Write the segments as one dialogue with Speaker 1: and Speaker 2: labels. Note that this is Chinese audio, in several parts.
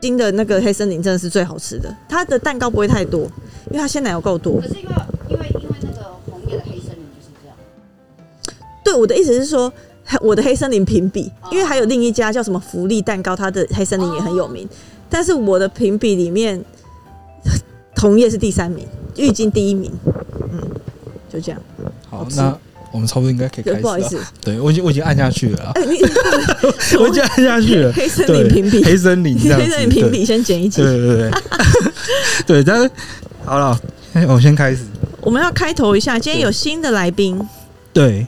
Speaker 1: 金的那个黑森林真的是最好吃的，它的蛋糕不会太多，因为它鲜奶油够多
Speaker 2: 可。
Speaker 3: 嗯
Speaker 2: 是因为因为因为那个红叶的黑森林就是这样，
Speaker 1: 对，我的意思是说，我的黑森林评比
Speaker 2: 哦，
Speaker 1: 因为还有另一家叫什么福利蛋糕，它的黑森林也很有
Speaker 3: 哦
Speaker 1: 名，但是我的评比里面，同业是第三名，郁金第一名，嗯，就这样，
Speaker 3: 好
Speaker 1: 好，吃
Speaker 3: 那我们差不多应该可以开始 了。
Speaker 1: 不好意 思，
Speaker 3: 对我已经我已经按下去了 啊，
Speaker 1: 哎、你
Speaker 3: 我已经按下去
Speaker 1: 。
Speaker 3: 了
Speaker 1: 黑森
Speaker 3: 对，
Speaker 1: 林评比，
Speaker 3: 黑森林这样子，
Speaker 1: 黑森林评比先剪一集
Speaker 3: 对，，对对 对对，对，但是好了，那哎我们先开始。
Speaker 1: 我们要开头一下，今天有新的来宾，
Speaker 3: 对，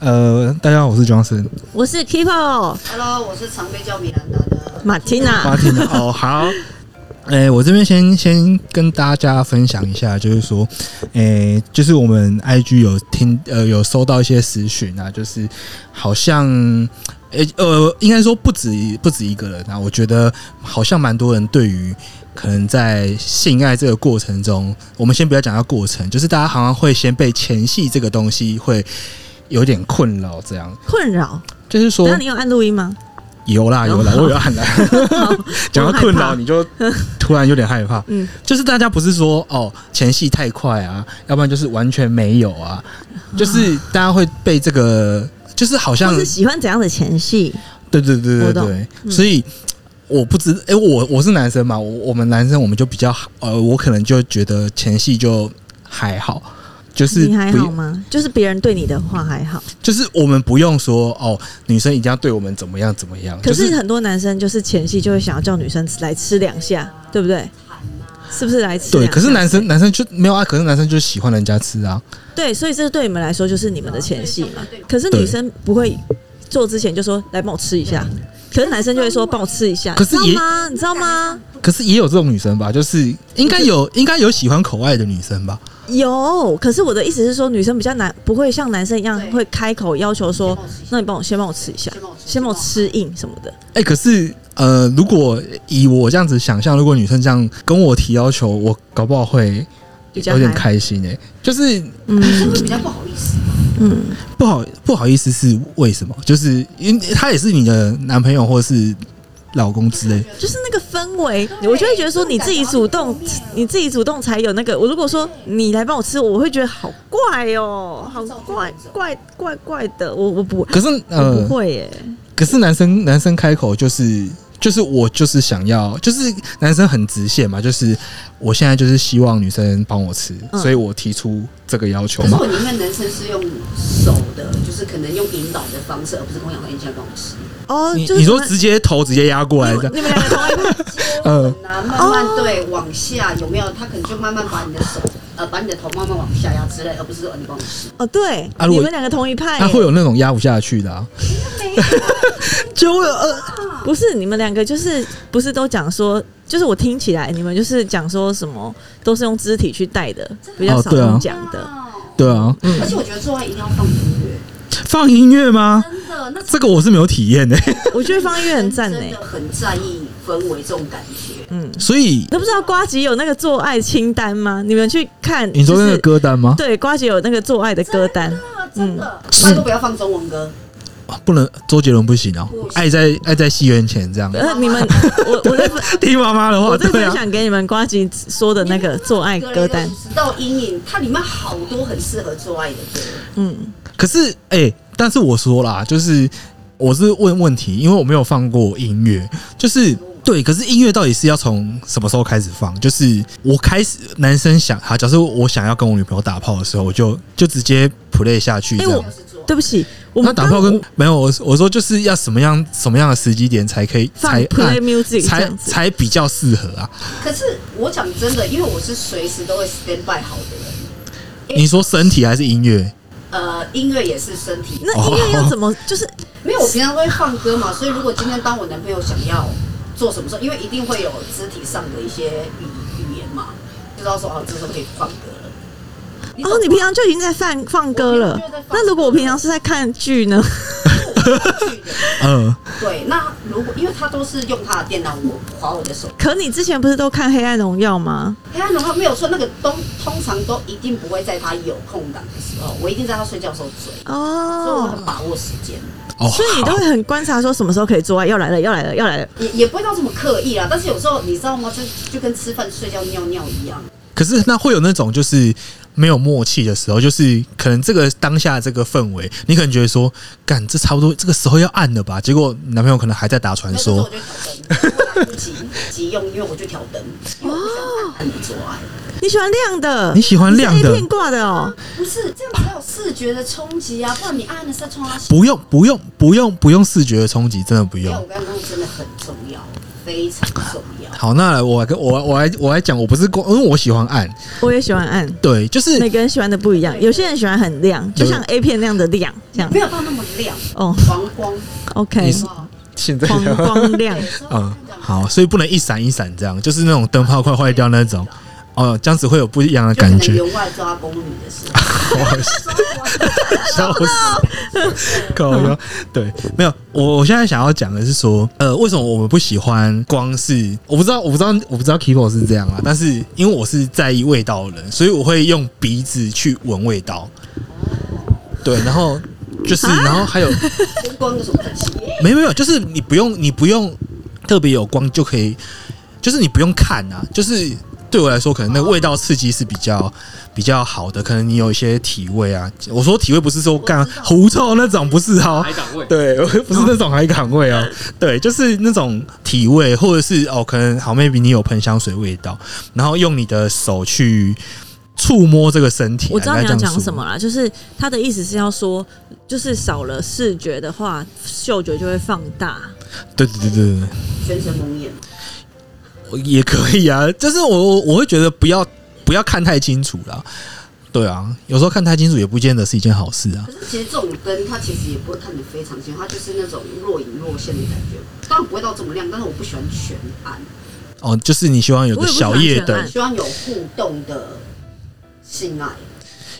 Speaker 3: 呃，大家好，我是 Johnson
Speaker 1: 我是 Kipo
Speaker 2: Hello，我是常被叫米兰达的
Speaker 1: 马蒂娜，
Speaker 3: 马丁。哦，好。哎、我这边先先跟大家分享一下，就是说，哎、就是我们 IG 有听呃有收到一些私讯啊，就是好像，哎、呃，应该说不止不止一个人啊，我觉得好像蛮多人对于可能在性爱这个过程中，我们先不要讲到过程，就是大家好像会先被前戏这个东西会有点困扰，这样
Speaker 1: 困扰，
Speaker 3: 就是说
Speaker 1: 等一下你有按录音 吗？
Speaker 3: 有啦有啦，我有按啦。讲到困扰，你就突然有点害怕。
Speaker 1: 嗯，
Speaker 3: 就是大家不是说哦前戏太快啊，要不然就是完全没有啊，就是大家会被这个，就是好
Speaker 1: 或
Speaker 3: 像
Speaker 1: 是嗯喜欢怎样的前戏？
Speaker 3: 对对对
Speaker 1: 我
Speaker 3: 对
Speaker 1: 懂
Speaker 3: 对，所以。我不知，哎、我我是男生嘛，我我们男生我们就比较，呃，我可能就觉得前戏就还好，就是
Speaker 1: 你还
Speaker 3: 不
Speaker 1: 好吗？就是别人对你的话还好，
Speaker 3: 就是我们不用说哦，女生一定要对我们怎么样怎么样，
Speaker 1: 可
Speaker 3: 就是
Speaker 1: 很多男生就是前戏就会想要叫女生来吃两下，对不对？
Speaker 2: 啊
Speaker 1: 是不是来吃？
Speaker 3: 对，可是男生男生就没有啊，可是男生就喜欢人家吃啊，
Speaker 1: 对，所以这对你们来说就是你们的前戏嘛。可是
Speaker 3: 对
Speaker 1: 女生不会做之前就说来帮我吃一下，可是男生就会说帮我吃一下，
Speaker 3: 可是
Speaker 1: 你知
Speaker 3: 也
Speaker 1: 道吗？你知道吗？
Speaker 3: 可是也有这种女生吧，就是应该 有应该有喜欢口爱的女生吧？
Speaker 1: 有，可是我的意思是说，女生比较难，不会像男生一样
Speaker 2: 对
Speaker 1: 会开口要求说
Speaker 2: 先帮我吃一下，
Speaker 1: 那你帮我先帮我吃一下，先帮我吃硬什么的。
Speaker 3: 哎、可是呃，如果以我这样子想象，如果女生这样跟我提要求，我搞不好会
Speaker 1: 比较
Speaker 3: 有点
Speaker 1: 嗨
Speaker 3: 开心哎、就是
Speaker 1: 嗯
Speaker 2: 比较不好意思，
Speaker 1: 嗯，
Speaker 3: 不好不好意思是为什么？就是因为他也是你的男朋友或是老公之类，
Speaker 1: 就是那个氛围，我就会觉得说你自己主动，你自己主动才有那个。我如果说你来帮我吃，我会觉得好怪哦、好怪怪怪怪的。我我不，
Speaker 3: 可是
Speaker 1: 我不
Speaker 3: 呃，
Speaker 1: 会耶、
Speaker 3: 可是男生男生开口就是。就是我就是想要，就是男生很直线嘛，就是我现在就是希望女生帮我吃，
Speaker 1: 嗯
Speaker 3: 所以我提出这个要求
Speaker 2: 可是
Speaker 3: 嘛
Speaker 2: 我。宁愿男生是用手的，就是可能用引导的方式，而不是跟我讲说哎你现在帮我吃。
Speaker 1: 哦，
Speaker 3: 你
Speaker 1: 就是
Speaker 3: 你说
Speaker 1: 可能
Speaker 3: 直接头直接压过来
Speaker 1: 你
Speaker 3: 这样，
Speaker 1: 你们两 个同一派，
Speaker 3: 嗯，
Speaker 2: 那慢慢
Speaker 1: 哦
Speaker 2: 对往下有没有？他可能就慢慢把你的手，呃，把你的头慢慢往下压之类，而不是说呃你帮我吃。
Speaker 1: 哦对
Speaker 3: 啊，如
Speaker 1: 你
Speaker 3: 果
Speaker 1: 们两个同一派耶、
Speaker 3: 他会有呃那种压不下去的、啊，就会有呃，
Speaker 1: 不是你们两个就是不是都讲说，就是我听起来你们就是讲说什么都是用肢体去带的，比较
Speaker 3: 哦
Speaker 1: 少
Speaker 3: 对啊
Speaker 1: 用讲的。
Speaker 3: 对啊，
Speaker 1: 嗯
Speaker 2: 而且我觉得做爱一定要放音乐，
Speaker 3: 放音乐吗？
Speaker 2: 真的，那
Speaker 3: 这个我是没有体验的、
Speaker 1: 我觉得方月很赞呢、
Speaker 2: 真的很欸在意氛围这种感觉。
Speaker 3: 所以
Speaker 1: 都不知道瓜吉有那个做爱清单吗？你们去看，
Speaker 3: 你说那
Speaker 1: 就
Speaker 3: 个
Speaker 1: 是
Speaker 3: 歌单吗？
Speaker 1: 对，瓜吉有那个做爱的歌单，
Speaker 2: 真的，拜托不要放中文歌，
Speaker 3: 啊不能，周杰伦不行哦、
Speaker 2: 不行
Speaker 3: 爱在爱在西元前这样。
Speaker 1: 呃，你们，我我在 分
Speaker 3: 听妈妈的话，
Speaker 1: 我在
Speaker 3: 对
Speaker 1: 分
Speaker 3: 啊，
Speaker 1: 享给你们瓜吉说的那个做爱 歌单，
Speaker 2: 直到阴影，它里面好多很适合做爱的歌。
Speaker 1: 嗯，
Speaker 3: 可是哎、但是我说啦，就是我是问问题，因为我没有放过音乐，就是对，可是音乐到底是要从什么时候开始放？就是我开始男生想，好，假设我想要跟我女朋友打炮的时候，我就就直接 play 下去这
Speaker 1: 哎
Speaker 3: 样
Speaker 1: 我。
Speaker 2: 是做爱
Speaker 1: 对不起，我
Speaker 3: 那
Speaker 1: 们
Speaker 3: 打
Speaker 1: 刚
Speaker 3: 炮
Speaker 1: 刚
Speaker 3: 跟没有我我说就是要什么样什么样的时机点才可以
Speaker 1: 放
Speaker 3: 才
Speaker 1: play
Speaker 3: 按
Speaker 1: music 这
Speaker 3: 才
Speaker 1: 样子，
Speaker 3: 才比较适合啊？
Speaker 2: 可是我讲真的，因为我是随时都会 stand by 好的人，哎
Speaker 3: 你说身体还是 音乐？
Speaker 2: 呃，音乐也是身体，
Speaker 1: 那
Speaker 3: 哦
Speaker 1: 音乐要怎么就是
Speaker 2: 没有我平常都会放歌嘛，所以如果今天当我男朋友想要做什么时候，因为一定会有肢体上的一些语语言嘛，就知道说哦，这时候可以放歌了。
Speaker 1: 哦，你平常就已经在放放歌了
Speaker 2: 我平常就在，放
Speaker 1: 那如果我平常是在看剧呢？
Speaker 2: 常
Speaker 3: 嗯，
Speaker 2: 对，那如果因为他都是用他的电脑，我划我的手。
Speaker 1: 可你之前不是都看《黑暗荣耀》吗？
Speaker 2: 黑暗荣耀没有错，那个都通常都一定不会在他有空档的时候，我一定在他睡觉的时候追，所以我
Speaker 1: 哦
Speaker 2: 很，把握时间，
Speaker 3: 哦，
Speaker 1: 所以你都
Speaker 3: 好
Speaker 1: 会很观察，说什么时候可以做爱，要来了，要来了，要来了。
Speaker 2: 也也不会到这么刻意啦。但是有时候你知道吗？就就跟吃饭、睡觉、尿尿一样，
Speaker 3: 可是那会有那种就是没有默契的时候，就是可能这个当下这个氛围，你可能觉得说，干这差不多这个时候要按了吧？结果你男朋友可能还在打传
Speaker 2: 那时候我
Speaker 3: 说
Speaker 2: 就，调灯，我来不及急用，因为我就调灯，因为我不啊想看看你做爱。
Speaker 1: 你喜欢亮的，
Speaker 3: 你喜欢亮的
Speaker 1: 你是 A 片挂的哦。
Speaker 2: 不是这样才有视觉的冲击啊，不然你按的是在冲他
Speaker 3: 不用不用不用不用视觉的冲击，真的不
Speaker 2: 没有，
Speaker 3: 用
Speaker 2: 我。刚刚真的很重要，非常重要。
Speaker 3: 好，那来我来跟我我来我来讲，我不是光因为我喜欢按，
Speaker 1: 我也喜欢暗，
Speaker 3: 对，就是
Speaker 1: 每个人喜欢的不一样。有些人喜欢很亮，就像 A 片那样的亮，这样
Speaker 2: 没。有到那么亮，
Speaker 1: 哦
Speaker 2: 黄光，
Speaker 1: ，OK，
Speaker 3: 你是
Speaker 2: 哇
Speaker 3: 现在
Speaker 1: 黄光亮。
Speaker 3: 嗯，好，所以不能一闪一闪这样，就是那种灯泡快坏掉那种。哦，这样子会有不一样的感
Speaker 2: 就可
Speaker 3: 觉
Speaker 2: 能。员外抓宫女的时候，
Speaker 3: 笑死，搞笑。对，没有，我我现在想要讲的是说，呃，为什么我们不喜欢光是？我不知道，我不知道，我不知道 Kibo 是这样啊，但是因为我是在意味道的人，所以我会用鼻子去闻味道。对，然后就是，然后还有
Speaker 2: 跟光有什么关系？
Speaker 3: 没有没有，就是你不用你不用特别有光就可以，就是你不用看啊，就是对我来说，可能那个味道刺激是比较比较好的，可能你有一些体味啊。我说体味不是说干狐臭那种，不是哦
Speaker 4: 海，港味，
Speaker 3: 对，不是那种海港味哦，对，就是那种体味，或者是哦，可能好 maybe 你有喷香水味道，然后用你的手去。触摸这个身体啊，
Speaker 1: 我知道
Speaker 3: 应
Speaker 1: 你
Speaker 3: 该
Speaker 1: 要
Speaker 3: 这样
Speaker 1: 讲
Speaker 3: 说
Speaker 1: 什么啦，就是他的意思是要说，就是少了视觉的话，嗅觉就会放大。
Speaker 3: 对对对对对，
Speaker 2: 全神蒙眼，
Speaker 3: 也可以啊， 就是我我我会觉得不要不要看太清楚啦。对啊，有时候看太清楚也不见得是一件好事啊
Speaker 2: 可。是其实这种灯它其实也不会看得非常清，它就是那种若隐若现的感觉，当然不会到这么亮，但是我不喜欢全暗，
Speaker 3: 哦，就是你希望有个小夜
Speaker 1: 我也不喜欢全暗，
Speaker 2: 喜欢
Speaker 3: 灯
Speaker 2: 有互动的性爱，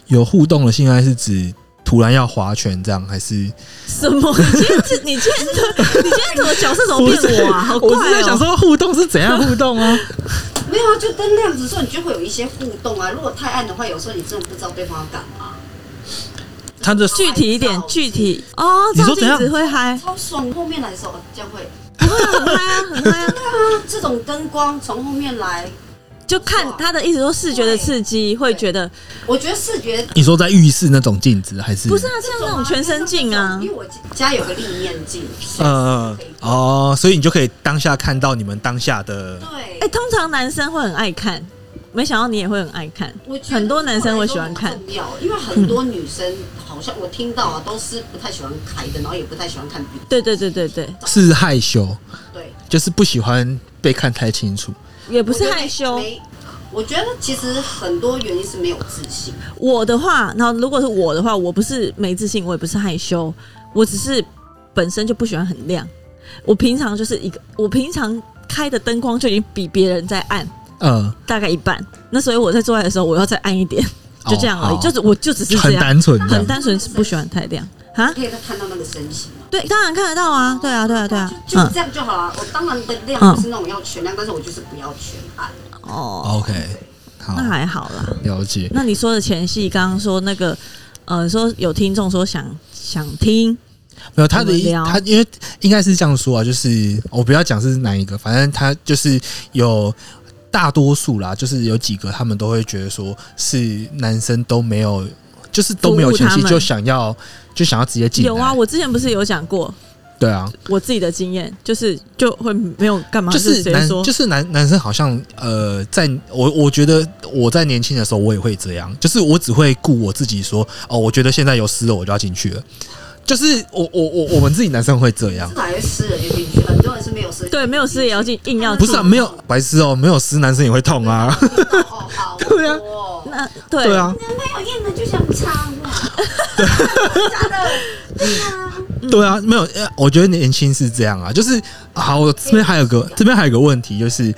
Speaker 3: 有互动的性爱是指突然要划拳这样，还是？
Speaker 1: 什 么？你今天你今天你今天怎么角色怎么变我啊？好怪
Speaker 3: 我是在 想
Speaker 1: 哦！
Speaker 3: 说互动是怎样互动 啊？
Speaker 2: 没有啊，就灯亮的时候你就会有一些互动啊，如果太暗的话，有时候你真的不知道对方要干嘛，
Speaker 3: 他的
Speaker 1: 具体一点，具体哦。
Speaker 3: 你说
Speaker 1: 照
Speaker 3: 怎
Speaker 1: 镜
Speaker 3: 样
Speaker 1: 子会 嗨，
Speaker 2: 超爽，后面来的时候这样会。
Speaker 1: 不会啊很嗨啊，很嗨啊。
Speaker 2: 啊，这种灯光从后面来，
Speaker 1: 就看他的意思说视觉的刺激会觉得
Speaker 2: 我觉得视觉
Speaker 3: 你说在浴室那种镜子还是？
Speaker 1: 不是啊，像那种全身镜啊
Speaker 2: 因，为我家有个立面镜，
Speaker 3: 呃
Speaker 2: 哦，
Speaker 3: 哦，所以你就可以当下看到你们当下的
Speaker 2: 对，
Speaker 1: 哎，通常男生会很爱看，没想到你也会很爱看
Speaker 2: 我觉，得
Speaker 1: 很多男生会喜欢看
Speaker 2: 这。种东西很重要，因为很多女生好像我听到啊，都是不太喜欢开的，然后也不太喜欢看比
Speaker 1: 对对对对对，
Speaker 3: 是害羞，
Speaker 2: 对，
Speaker 3: 就是不喜欢被看太清楚。
Speaker 1: 也不
Speaker 2: 我
Speaker 1: 是
Speaker 2: 觉得
Speaker 1: 害羞。
Speaker 2: 没。我觉得其实很多原因是没有自信，
Speaker 1: 我的话，那如果是我的话，我不是没自信，我也不是害羞，我只是本身就不喜欢很亮。我平常就是一个，我平常开的灯光就已经比别人在暗
Speaker 3: 嗯，
Speaker 1: 大概一半，那所以我在做爱的时候，我要再暗一点，就这样而已，
Speaker 3: 哦
Speaker 1: 就是我就只是这
Speaker 3: 很
Speaker 1: 样，
Speaker 3: 单纯这
Speaker 1: 很
Speaker 3: 样。
Speaker 1: 单纯，是不喜欢太亮啊。
Speaker 2: 可以看到那个身形嘛，
Speaker 1: 对，当然看得到啊，对啊，对啊，对啊，
Speaker 2: 就就
Speaker 1: 嗯
Speaker 2: 这，样就好了。我当然的
Speaker 1: 嗯
Speaker 2: 亮不是那种要全亮，但是我就是不要全啊暗。
Speaker 1: 哦，
Speaker 3: OK，好
Speaker 1: 那，还好啦。
Speaker 3: 了解。
Speaker 1: 那你说的前戏，刚刚说那个，呃，说有听众说想想听，
Speaker 3: 没有他的
Speaker 1: 怎么
Speaker 3: 意
Speaker 1: 聊
Speaker 3: 他，因为应该是这样说啊，就是我不要讲是哪一个，反正他就是有大多数啦，就是有几个他们都会觉得说是男生都没有，就是都没有前
Speaker 1: 服务他
Speaker 3: 戏
Speaker 1: 们
Speaker 3: 就想要就想要直接进来。
Speaker 1: 有啊，我之前不是有讲过，
Speaker 3: 对啊，
Speaker 1: 我自己的经验，就是就会没有干嘛，
Speaker 3: 就
Speaker 1: 就是
Speaker 3: 是
Speaker 1: 谁
Speaker 3: 男
Speaker 1: 说
Speaker 3: 就是男男生好像呃，在我我觉得我在年轻的时候我也会这样，就是我只会顾我自己说哦，我觉得现在有湿了我就要进去了，就是我我我我们自己男生会这样
Speaker 2: 至。少还是私人也进去，很多人是没有私人
Speaker 1: 对没有事也要进，硬要
Speaker 3: 不
Speaker 1: 进
Speaker 3: 是啊，没有白痴哦，没有湿男生也会痛啊。
Speaker 2: 哦， 好多
Speaker 3: 对啊
Speaker 2: 哦，
Speaker 1: 那对
Speaker 3: 对啊，，
Speaker 2: 男朋友硬的就想插我，真的，对啊，
Speaker 3: 对啊，没有，呃我觉得年轻是这样啊，就是好，我这边还有个这边还有个问题，就是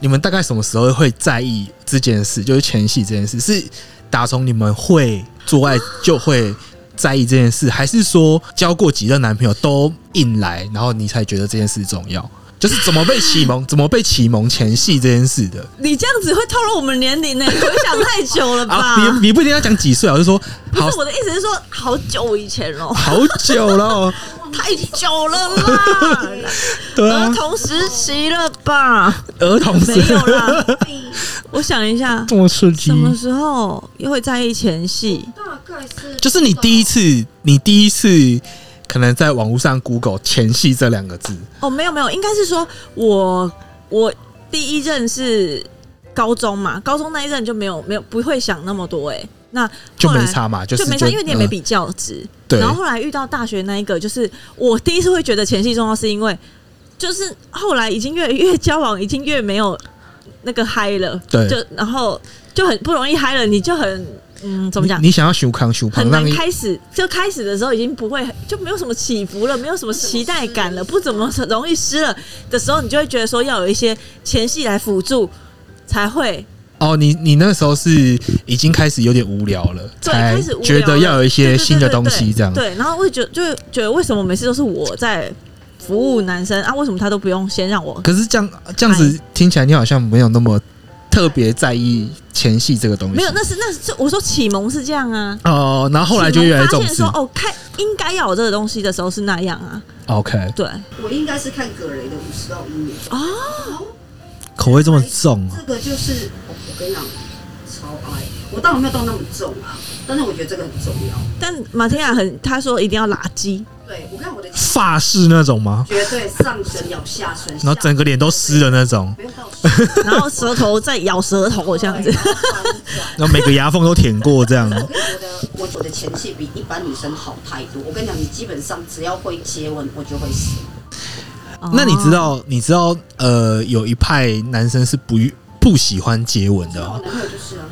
Speaker 3: 你们大概什么时候会在意这件事，就是前戏这件事，是打从你们会做爱就会在意这件事，还是说交过几任男朋友都硬来，然后你才觉得这件事重要？就是怎么被启蒙，怎么被启蒙前戏这件事的
Speaker 1: 你这样子会透露我们年龄呢、回想太久了吧？
Speaker 3: 啊？你你不一定要讲几岁啊，我就说好
Speaker 1: 不是我的意思是说，好久以前 哦，
Speaker 3: 好久 了哦，
Speaker 1: 太久了啦，
Speaker 3: 对 啊
Speaker 1: 儿，童时期了吧？
Speaker 3: 儿童
Speaker 1: 没
Speaker 3: 时
Speaker 1: 有啦， 我想一下，
Speaker 3: 这么刺激
Speaker 1: 什，么时候又会在意前戏？
Speaker 2: 大概是
Speaker 3: 就是你第一次，你第一次可能在网络上 Google 前戏这两个字，
Speaker 1: 哦，没有没有，应该是说我我第一任是高中嘛，高中那一任就没有没有不会想那么多哎、那
Speaker 3: 就
Speaker 1: 后来
Speaker 3: 没差嘛，
Speaker 1: 就是没差，因为你也没
Speaker 3: 嗯
Speaker 1: 比较值。
Speaker 3: 对
Speaker 1: 然后后来遇到大学那一个，就是我第一次会觉得前戏重要，是因为就是啊后来已经越越交往，已经越没有那个嗨了。
Speaker 3: 对
Speaker 1: 就然后就很不容易嗨了，你就很嗯怎么讲
Speaker 3: 你？你想要修康修胖，
Speaker 1: 很
Speaker 3: 让
Speaker 1: 难
Speaker 3: 你
Speaker 1: 开始，就开始的时候已经不会，就没有什么起伏了，没有什么期待感了，不怎么容易湿了的时候，你就会觉得说要有一些前戏来辅助，才会
Speaker 3: 哦，你你那时候是已经开始有点无聊了，
Speaker 1: 对，
Speaker 3: 才
Speaker 1: 开始无
Speaker 3: 觉
Speaker 1: 聊
Speaker 3: 得
Speaker 1: 了
Speaker 3: 要有一
Speaker 1: 对
Speaker 3: 些
Speaker 1: 对
Speaker 3: 新
Speaker 1: 对
Speaker 3: 的
Speaker 1: 对
Speaker 3: 东西这样。
Speaker 1: 对，然后会觉得就会觉得为什么每次都是我在服务男生啊？为什么他都不用先让我？
Speaker 3: 可是这样这样子听起来，你好像没有那么特别在意前戏这个东西。
Speaker 1: 没有，那是那是我说启蒙是这样啊。
Speaker 3: 哦，然后后来就越来越
Speaker 1: 启
Speaker 3: 重
Speaker 1: 蒙发现
Speaker 3: 视
Speaker 1: 说。哦，看应该要有这个东西的时候是那样啊，
Speaker 3: OK，
Speaker 1: 对
Speaker 2: 我应该是看葛雷的五十到一年，
Speaker 1: 哦，
Speaker 3: 口味这么重啊
Speaker 2: 这个就是我哦我跟你讲，超爱。我当然没有到那么重啊，但是我觉得这个很重要。
Speaker 1: 但马天雅很他说一定要拉鸡，
Speaker 2: 对我看我的
Speaker 3: 法式那种吗？
Speaker 2: 绝对上唇咬下唇，
Speaker 3: 然后整个脸都湿的那种，
Speaker 2: 没有到。
Speaker 1: 然后舌头在咬舌头这样子
Speaker 2: 我
Speaker 3: 然后每个牙缝都舔过 这样。
Speaker 2: 跟你的，我觉得前戏比一般女生好太多。我跟你讲，你基本上只要会接吻，我就会死。
Speaker 3: 那你知
Speaker 1: 哦？
Speaker 3: 道，你知道，呃，有一派男生是不不喜欢接吻的
Speaker 2: 我
Speaker 3: 哦、
Speaker 2: 男朋友就是啊，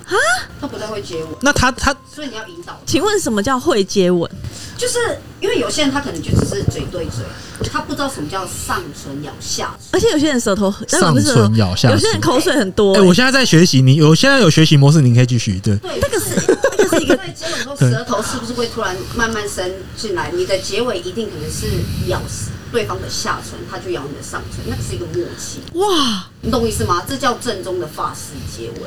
Speaker 2: 他不太会接吻，
Speaker 3: 那他他哎
Speaker 2: 所以你要引导。
Speaker 1: 请问什么叫会接吻？
Speaker 2: 就是因为有些人他可能就只是嘴对嘴，他不知道什么叫上唇咬下唇。
Speaker 1: 而且有些人舌头，
Speaker 3: 上
Speaker 1: 不是舌头
Speaker 3: 唇咬下
Speaker 1: 有些人
Speaker 3: 唇
Speaker 1: 口水很多、
Speaker 3: 哎、
Speaker 1: 欸
Speaker 3: 我现在在学习，你我现在有学习模式，你可以继续。对，
Speaker 2: 对，那个是那个是 一个在接吻后，舌头是不是会突然慢慢伸进来？你的结尾一定可能是咬死对方的下唇，他就咬你的上唇，那个是一个默契，
Speaker 1: 哇，
Speaker 2: 你懂我意思吗？这叫正宗的法式接吻，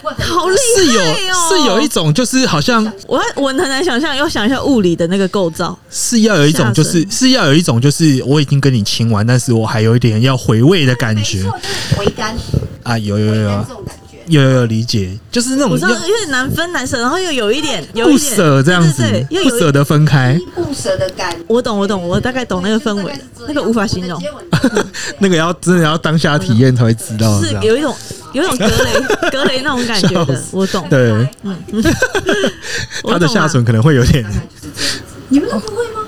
Speaker 2: 会很
Speaker 1: 好厉
Speaker 3: 是有
Speaker 1: 害哦！
Speaker 3: 是有一种，就是好像
Speaker 1: 我我很难想象，要想一下物理的那个构造。
Speaker 3: 是要有一种，就是
Speaker 1: 下
Speaker 3: 是要有一种，就是我已经跟你亲完，但是我还有一点要回味的感觉
Speaker 2: 没错，就是回甘，
Speaker 3: 啊！有有有
Speaker 2: 回
Speaker 3: 有
Speaker 2: 甘这
Speaker 3: 啊
Speaker 2: 种感觉。
Speaker 3: 有有有理解，就是那
Speaker 1: 我
Speaker 3: 种
Speaker 1: 知道
Speaker 3: 要
Speaker 1: 有点难分难舍，然后又有一点有
Speaker 3: 不
Speaker 1: 一点
Speaker 3: 舍这样子
Speaker 1: 对对，对又
Speaker 3: 不
Speaker 1: 有一
Speaker 3: 舍得分开，
Speaker 2: 不舍的感觉，
Speaker 1: 我懂我懂，我大概懂那个氛
Speaker 2: 对
Speaker 1: 围
Speaker 2: 就是，大概是这样
Speaker 1: 那个无法形容
Speaker 2: 我的，接吻就是这样
Speaker 3: 那个要真的要当下体验才会知道，
Speaker 1: 是
Speaker 3: 哦这样
Speaker 1: 有一种有一种格 雷格雷那种感觉
Speaker 3: 笑
Speaker 1: 的
Speaker 3: 死，
Speaker 1: 我懂，啊
Speaker 3: 对
Speaker 1: 我
Speaker 3: 他的
Speaker 1: 懂啊
Speaker 3: 下唇可能会有点
Speaker 2: 大，概就是这样子。你们都不会吗？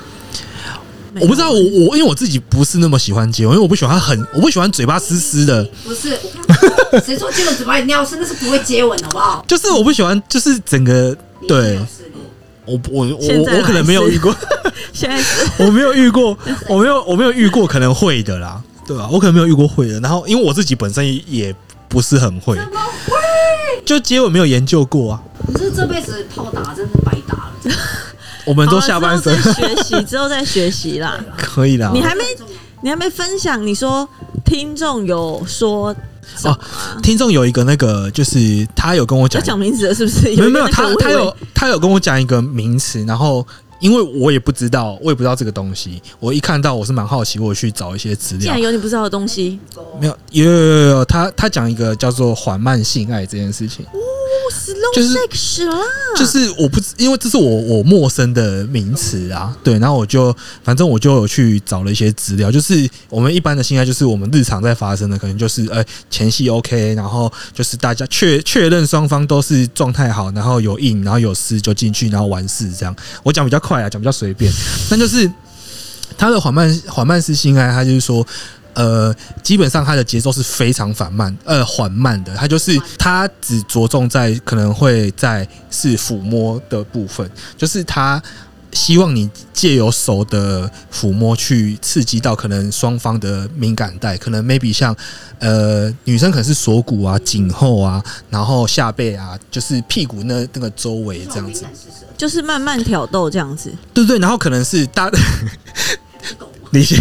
Speaker 1: 没
Speaker 3: 我不知道我我因为我自己不是那么喜欢接吻，因为我不喜欢很我不喜欢嘴巴湿湿的，
Speaker 2: 不是，我看谁说接吻嘴巴里尿湿，那是不会接吻，好不好？
Speaker 3: 就是我不喜欢就是整个
Speaker 2: 你一定
Speaker 3: 对
Speaker 2: 有试过
Speaker 3: 我我我
Speaker 1: 现在
Speaker 3: 我可能没有遇过。
Speaker 1: 现在是
Speaker 3: 我没有遇过，我没有我没有遇过可能会的啦，对吧、啊我可能没有遇过会的。然后因为我自己本身也不是很会，
Speaker 2: 怎么会？
Speaker 3: 就接吻没有研究过啊。
Speaker 2: 你这这辈子炮打真是白打了，真的
Speaker 3: 我们
Speaker 1: 好
Speaker 3: 都
Speaker 1: 了
Speaker 3: 下半
Speaker 1: 之
Speaker 3: 身
Speaker 1: 后再学习，之后再学习啦。
Speaker 3: 可以啦。
Speaker 1: 你还没
Speaker 2: 重要
Speaker 1: 你还没分享，你说听众有说什么
Speaker 3: 哦
Speaker 1: 啊？
Speaker 3: 听众有一个那个，就是他有跟我
Speaker 1: 要
Speaker 3: 讲，
Speaker 1: 讲名字了是不是？
Speaker 3: 没有
Speaker 1: 一个
Speaker 3: 没有，
Speaker 1: 那个
Speaker 3: 他
Speaker 1: 微
Speaker 3: 他
Speaker 1: 微
Speaker 3: 有他有跟我讲一个名词，然后。因为我也不知道，我也不知道这个东西。我一看到，我是蛮好奇，我去找一些资
Speaker 1: 竟
Speaker 3: 料
Speaker 1: 然。有你不知道的东西，
Speaker 3: 没有，有有有有，他他讲一个叫做缓慢性爱这件事情。
Speaker 1: 不是 low
Speaker 3: 就是
Speaker 1: sex 啦，
Speaker 3: 就是我不知，因为这是我我陌生的名词啊，对，然后我就反正我就有去找了一些资料，就是我们一般的性爱，就是我们日常在发生的，可能就是呃前戏 OK，然后就是大家确确认双方都是状态好，然后有硬，然后有湿就进去，然后完事这样。我讲比较快啊，讲比较随便，但就是他的缓慢缓慢式性爱，他就是说。呃，基本上它的节奏是非常缓慢，呃，缓慢的。它就是它只着重在可能会在是抚摸的部分，就是它希望你借由手的抚摸去刺激到可能双方的敏感带，可能 maybe 像呃女生可能是锁骨啊、颈后啊，然后下背啊，就是屁股那那个周围这样子。
Speaker 2: 重要敏感是舌头
Speaker 1: 就是慢慢挑逗这样子。
Speaker 3: 对对，然后可能是大，
Speaker 5: 狗嘛，
Speaker 3: 你先，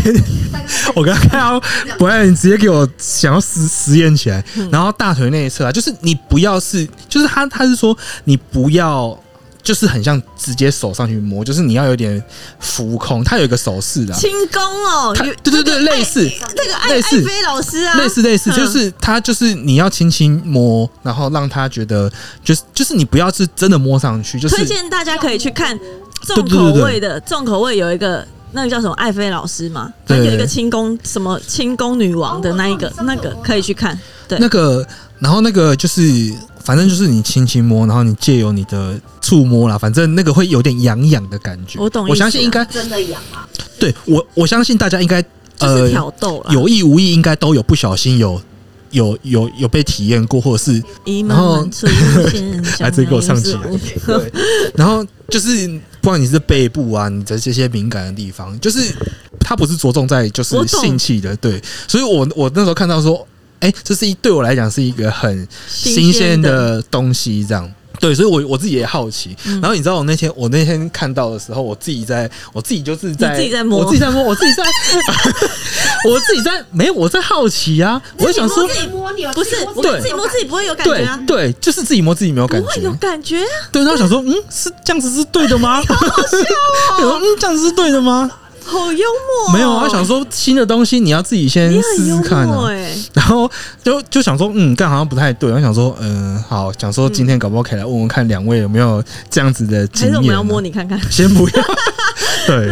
Speaker 5: 大概是
Speaker 3: 我刚刚看到不然你直接给我想要实实验起来，
Speaker 2: 嗯
Speaker 3: 然后大腿内侧啊，就是你不要是，就是他他是说你不要。就是很像直接手上去摸，就是你要有点浮空，他有一个手势的、啊，
Speaker 1: 轻功哦，
Speaker 3: 他
Speaker 1: 有
Speaker 3: 对对对，类似
Speaker 1: 那个艾
Speaker 3: 类
Speaker 1: 艾
Speaker 3: 似
Speaker 1: 菲老师啊，
Speaker 3: 类似类似，
Speaker 1: 嗯
Speaker 3: 就是他就是你要轻轻摸，然后让他觉得就是就是你不要是真的摸上去，就是
Speaker 1: 推荐大家可以去看
Speaker 3: 对
Speaker 1: 重
Speaker 3: 对
Speaker 1: 口
Speaker 3: 对对
Speaker 1: 味的，重口味有一个那个叫什么艾菲老师嘛，
Speaker 3: 对
Speaker 1: 反正有一个清宫什么清宫女王的那一个
Speaker 5: 哦我知道
Speaker 1: 那个可以去看，对
Speaker 3: 那个，然后那个就是，反正就是你轻轻摸，然后你借由你的触摸啦，反正那个会有点痒痒的感觉。
Speaker 1: 我懂意思
Speaker 3: 我相信应该
Speaker 5: 真的痒啊，
Speaker 3: 对我，我相信大家应该
Speaker 1: 就是
Speaker 3: 呃，
Speaker 1: 挑啊逗啦，
Speaker 3: 有意无意应该都有不小心有有有有被体验过，或者是
Speaker 1: 一门
Speaker 3: 然后
Speaker 1: 门出现，
Speaker 3: 还真给我上起啊来
Speaker 1: 小鸟依是
Speaker 3: 对，然后就是不管你是背部啊，你的这些敏感的地方，就是它不是着重在就
Speaker 1: 我
Speaker 3: 是
Speaker 1: 懂
Speaker 3: 性器的，对，所以我我那时候看到说，哎、这是一对我来讲是一个很新鲜的东西，这样。对，所以我，我自己也好奇。
Speaker 1: 嗯
Speaker 3: 然后你知道，我那天我那天看到的时候，我自己在，我自己就是在
Speaker 1: 你自己在摸
Speaker 3: 我自己在摸，我自己在， 我自己在，没有，我在好奇啊。我想说
Speaker 5: 自，己摸你哦，
Speaker 1: 不是
Speaker 5: 自己摸
Speaker 1: 我
Speaker 5: 自己
Speaker 1: 自己摸自己不会有感觉
Speaker 3: 对
Speaker 1: 啊，
Speaker 3: 对，就是自己摸自己没有
Speaker 1: 不
Speaker 3: 感觉，
Speaker 1: 会有感觉啊，
Speaker 3: 对，然后想说，嗯，是这样子是对 的吗？好笑哦！ 说，嗯，这样子是对的吗？
Speaker 1: 好幽默哦，
Speaker 3: 没有啊，想说新的东西你要自己先
Speaker 1: 你
Speaker 3: 试
Speaker 1: 很幽
Speaker 3: 试看
Speaker 1: 默
Speaker 3: 啊。
Speaker 1: 哎，
Speaker 3: 然后就就想说，嗯，但好像不太对。然后想说，嗯，好，想说今天搞不好可以来问问看两位有没有这样子的经
Speaker 1: 还是我们
Speaker 3: 验啊、
Speaker 1: 要摸你看看，
Speaker 3: 先不要。 对，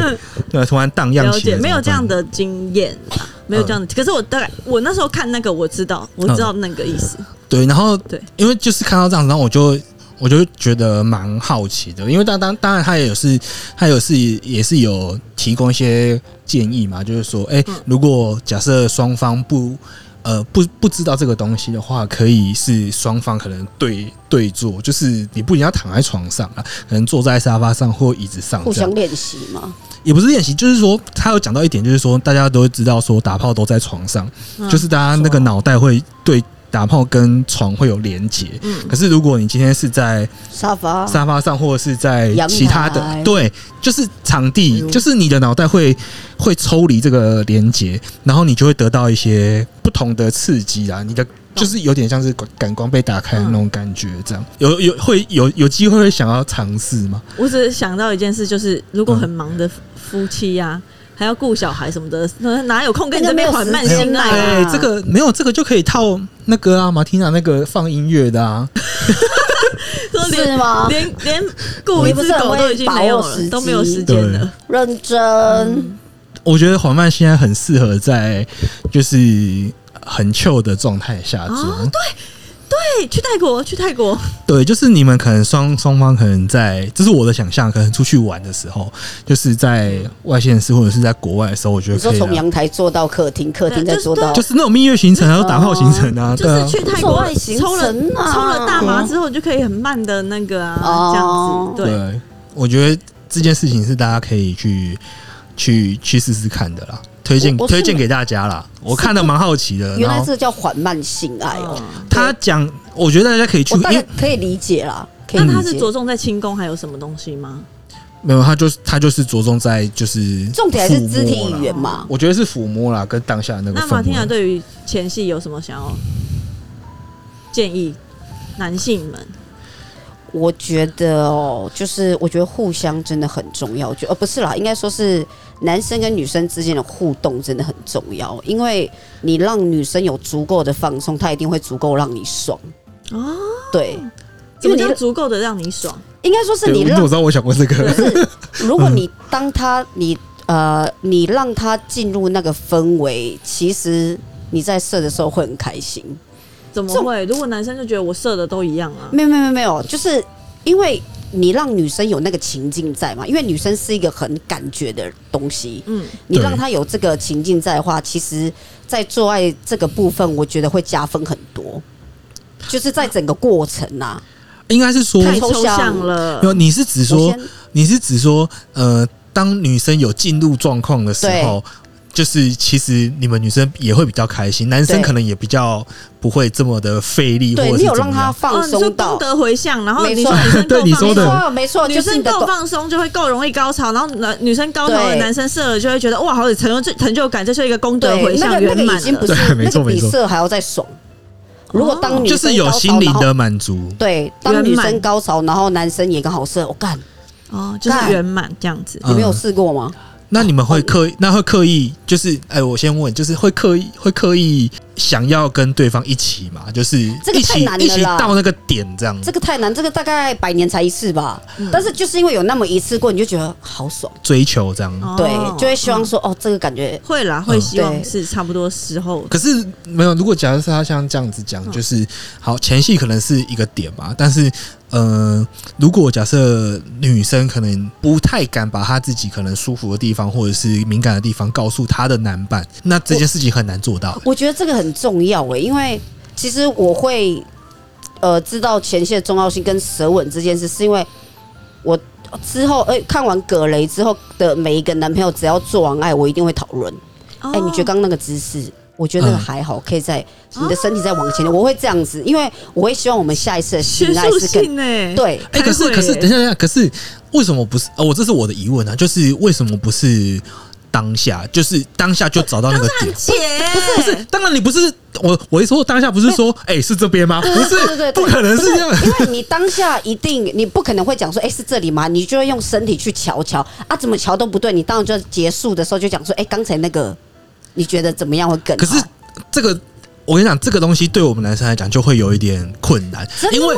Speaker 3: 对，突然荡漾
Speaker 1: 了
Speaker 3: 起
Speaker 1: 解
Speaker 3: 来，
Speaker 1: 没有这样
Speaker 3: 怎么办。
Speaker 1: 的经验啊，没有这样的，可是我大概我那时候看那个我知道我知道那个意思，
Speaker 3: 对，然后
Speaker 1: 对
Speaker 3: 因为就是看到这样子，然后我就我就觉得蛮好奇的，因为当当当然他也有是，他有是也是有提供一些建议嘛，就是说，哎、如果假设双方不呃不不知道这个东西的话，可以是双方可能对对坐，就是你不一定要躺在床上啊，可能坐在沙发上或椅子上
Speaker 2: 互
Speaker 3: 这样
Speaker 2: 相。练习嘛，
Speaker 3: 也不是练习，就是说他有讲到一点，就是说大家都知道说打炮都在床上，
Speaker 1: 嗯
Speaker 3: 就是大家那个脑袋会对打炮跟床会有连结。
Speaker 1: 嗯
Speaker 3: 可是如果你今天是在
Speaker 2: 沙发
Speaker 3: 沙发上，或者是在
Speaker 2: 阳台
Speaker 3: 其他的，对，就是场地，
Speaker 1: 嗯
Speaker 3: 就是你的脑袋会会抽离这个连接，然后你就会得到一些不同的刺激啊，你的。就是有点像是感感官被打开的那种感觉，这样有有会有有机会会想要尝试吗？
Speaker 1: 我只是想到一件事，就是如果很忙的夫夫妻呀、还要顾小孩什么的，那哪有空跟你这边缓慢心
Speaker 2: 哎
Speaker 1: 爱啊？
Speaker 2: 呀
Speaker 3: 哎、这个没有，这个就可以套那个啊，马缇娜那个放音乐的啊，
Speaker 1: 说
Speaker 2: 是
Speaker 1: 连
Speaker 2: 吗？
Speaker 1: 连连顾一只狗都已经没有
Speaker 2: 你不是很会把握时
Speaker 1: 了，
Speaker 2: 机
Speaker 1: 都没有时间了。
Speaker 2: 认真，
Speaker 3: 嗯我觉得缓慢现在很适合在就是很 chill 的状态下做。
Speaker 1: 哦对，哎去泰国，去泰国，
Speaker 3: 对，就是你们可能双双方可能在，这是我的想象，可能出去玩的时候，就是在外县市或者是在国外的时候，我觉
Speaker 2: 你
Speaker 3: 得
Speaker 2: 说
Speaker 3: 可以
Speaker 2: 从
Speaker 3: 啊、
Speaker 2: 阳台坐到客厅，客厅再坐到
Speaker 3: 就是那种蜜月行程，还有打炮行程啊，
Speaker 1: 就
Speaker 3: 对啊
Speaker 1: 是。去泰国
Speaker 2: 做爱行
Speaker 1: 抽了
Speaker 2: 程啊
Speaker 1: 抽了大麻之后，你就可以很慢的那个啊，这样
Speaker 2: 哦
Speaker 1: 子。对，
Speaker 3: 我觉得这件事情是大家可以去去去试试看的啦，推荐
Speaker 2: 我我是
Speaker 3: 推荐给大家啦。我看的蛮好奇的，
Speaker 2: 原
Speaker 3: 然
Speaker 2: 来
Speaker 3: 后
Speaker 2: 这叫缓慢性爱哦，
Speaker 3: 他讲，我觉得大家可以去，
Speaker 2: 我
Speaker 3: 因
Speaker 2: 大概
Speaker 3: 为
Speaker 2: 可以理解啦，可以
Speaker 1: 那
Speaker 2: 理
Speaker 1: 他
Speaker 2: 解
Speaker 1: 是着重在轻功，还有什么东西吗？
Speaker 3: 没有他就是他就是着重在就是
Speaker 2: 重点还是肢体
Speaker 3: 抚摸啦
Speaker 2: 语言嘛，
Speaker 3: 我觉得是抚摸啦，跟当下的那个
Speaker 1: 那
Speaker 3: 氛
Speaker 1: 马
Speaker 3: 围。
Speaker 1: 蒂娜对于前戏有什么想要建议男性们？
Speaker 2: 我觉得哦，就是我觉得互相真的很重要，我觉得呃不是啦，应该说是男生跟女生之间的互动真的很重要，因为你让女生有足够的放松，她一定会足够让你爽。
Speaker 1: 哦，
Speaker 2: 对，
Speaker 1: 怎
Speaker 2: 因
Speaker 1: 么
Speaker 2: 为你
Speaker 1: 叫足够的让你爽？
Speaker 2: 应该说是
Speaker 3: 对
Speaker 2: 你
Speaker 3: 我怎
Speaker 2: 让
Speaker 3: 么知道我想问这 个？
Speaker 2: 如果你当他你呃你让他进入那个氛围，其实你在射的时候会很开心。
Speaker 1: 怎么
Speaker 2: 这种
Speaker 1: 会？如果男生就觉得我射的都一样啊，
Speaker 2: 没有没有没有没有，就是因为你让女生有那个情境在嘛，因为女生是一个很感觉的东西，
Speaker 1: 嗯，
Speaker 2: 你
Speaker 3: 对
Speaker 2: 让她有这个情境在的话，其实，在做爱这个部分，我觉得会加分很多。就是在整个过程啊呐、
Speaker 3: 应该是说，
Speaker 1: 太
Speaker 2: 太
Speaker 1: 抽
Speaker 2: 抽
Speaker 1: 象
Speaker 2: 象
Speaker 1: 了
Speaker 3: 没。有你是指
Speaker 2: 我
Speaker 3: 说
Speaker 2: 先，
Speaker 3: 你是指说，呃，当女生有进入状况的时候，就是其实你们女生也会比较开心，男生
Speaker 2: 对
Speaker 3: 可能也比较不会这么的费力，或
Speaker 2: 对
Speaker 3: 者
Speaker 2: 你
Speaker 3: 是
Speaker 2: 有
Speaker 3: 怎
Speaker 2: 让
Speaker 3: 么
Speaker 2: 他
Speaker 3: 样。
Speaker 1: 哦，
Speaker 2: 放
Speaker 1: 你说
Speaker 2: 松
Speaker 1: 功
Speaker 2: 到，
Speaker 1: 德回向，然后
Speaker 2: 没
Speaker 1: 你
Speaker 2: 错
Speaker 1: 说女生
Speaker 3: 对
Speaker 1: 够
Speaker 3: 你
Speaker 1: 放
Speaker 3: 说
Speaker 2: 没
Speaker 3: 的
Speaker 1: 松
Speaker 2: 错没错，
Speaker 1: 女
Speaker 2: 就是
Speaker 1: 生
Speaker 2: 你的
Speaker 1: 够
Speaker 2: 功
Speaker 1: 放松就会够容易高潮，然后男女生高潮的
Speaker 2: 对
Speaker 1: 男生射了就会觉得哇，好有成就成就感，这是一个功德
Speaker 2: 对
Speaker 1: 回
Speaker 2: 那
Speaker 1: 向
Speaker 2: 个
Speaker 1: 圆
Speaker 2: 那个
Speaker 1: 满
Speaker 2: 已经不
Speaker 1: 了。
Speaker 2: 是
Speaker 3: 对没
Speaker 2: 那
Speaker 3: 错
Speaker 2: 个比
Speaker 3: 没错
Speaker 2: 色还要再爽。如果当女
Speaker 3: 就
Speaker 2: 生
Speaker 3: 是有
Speaker 2: 高潮
Speaker 3: 心灵
Speaker 2: 然后
Speaker 3: 的满足，
Speaker 2: 对，当
Speaker 1: 圆
Speaker 2: 女
Speaker 1: 满
Speaker 2: 生高潮，然后男生也刚好射，我干，
Speaker 1: 哦，就是
Speaker 2: 干
Speaker 1: 圆满这样子。
Speaker 2: 你没有
Speaker 3: 嗯
Speaker 2: 试过吗？
Speaker 3: 那你们会刻
Speaker 2: 哦
Speaker 3: 意？那会刻意？就是，哎、我先问，就是会刻意会刻意想要跟对方一起嘛？就是
Speaker 2: 这个
Speaker 3: 一
Speaker 2: 太
Speaker 3: 起
Speaker 2: 难了啦
Speaker 3: 一起到那个点这样，
Speaker 2: 这个太难，这个大概百年才一次吧。
Speaker 1: 嗯
Speaker 2: 但是就是因为有那么一次过，你就觉得好爽，
Speaker 3: 追求这样。
Speaker 1: 哦
Speaker 2: 对，就会希望说，哦，这个感觉
Speaker 1: 会啦，会希望
Speaker 2: 对
Speaker 1: 是差不多时候。
Speaker 3: 可是没有，如果假设是他像这样子
Speaker 2: 嗯
Speaker 3: 讲，就是好前戏可能是一个点嘛，但是呃，如果假设女生可能不太敢把她自己可能舒服的地方或者是敏感的地方告诉她的男伴，那这件事情很难做到。
Speaker 2: 我觉得这个很重要诶、因为其实我会呃知道前戏的重要性跟舌吻这件事，是因为我之后呃看完葛雷之后的每一个男朋友，只要做完爱，我一定会讨论。
Speaker 1: 哎
Speaker 2: 哎、你觉得刚刚那个姿势？我觉得那个
Speaker 3: 嗯
Speaker 2: 还好，可以在你的身体再往前点。我会这样子，因为我会希望我们下一次的
Speaker 1: 学
Speaker 2: 性爱
Speaker 1: 术
Speaker 2: 是更
Speaker 1: 性哎？
Speaker 2: 对。
Speaker 3: 哎、
Speaker 1: 开
Speaker 3: 可是
Speaker 1: 会
Speaker 3: 可是，
Speaker 1: 欸
Speaker 3: 等一下等一下，可是为什么不是？哦，我这是我的疑问啊，就是为什么不是呃当下？就是当下就找到那个点？
Speaker 1: 姐
Speaker 3: 不是不是，当然你不是我，我一说当下不是说，哎、是这边吗？不
Speaker 2: 对对
Speaker 3: 是，
Speaker 2: 对，
Speaker 3: 不可能是这样。
Speaker 2: 因为你当下一定，你不可能会讲说，哎、是这里吗？你就会用身体去瞧瞧啊，怎么瞧都不对。你当然就结束的时候就讲说，哎、刚才那个，你觉得怎么样会更好？
Speaker 3: 可是这个，我跟你讲，这个东西对我们男生来讲就会有一点困难，
Speaker 2: 真的
Speaker 3: 因
Speaker 2: 吗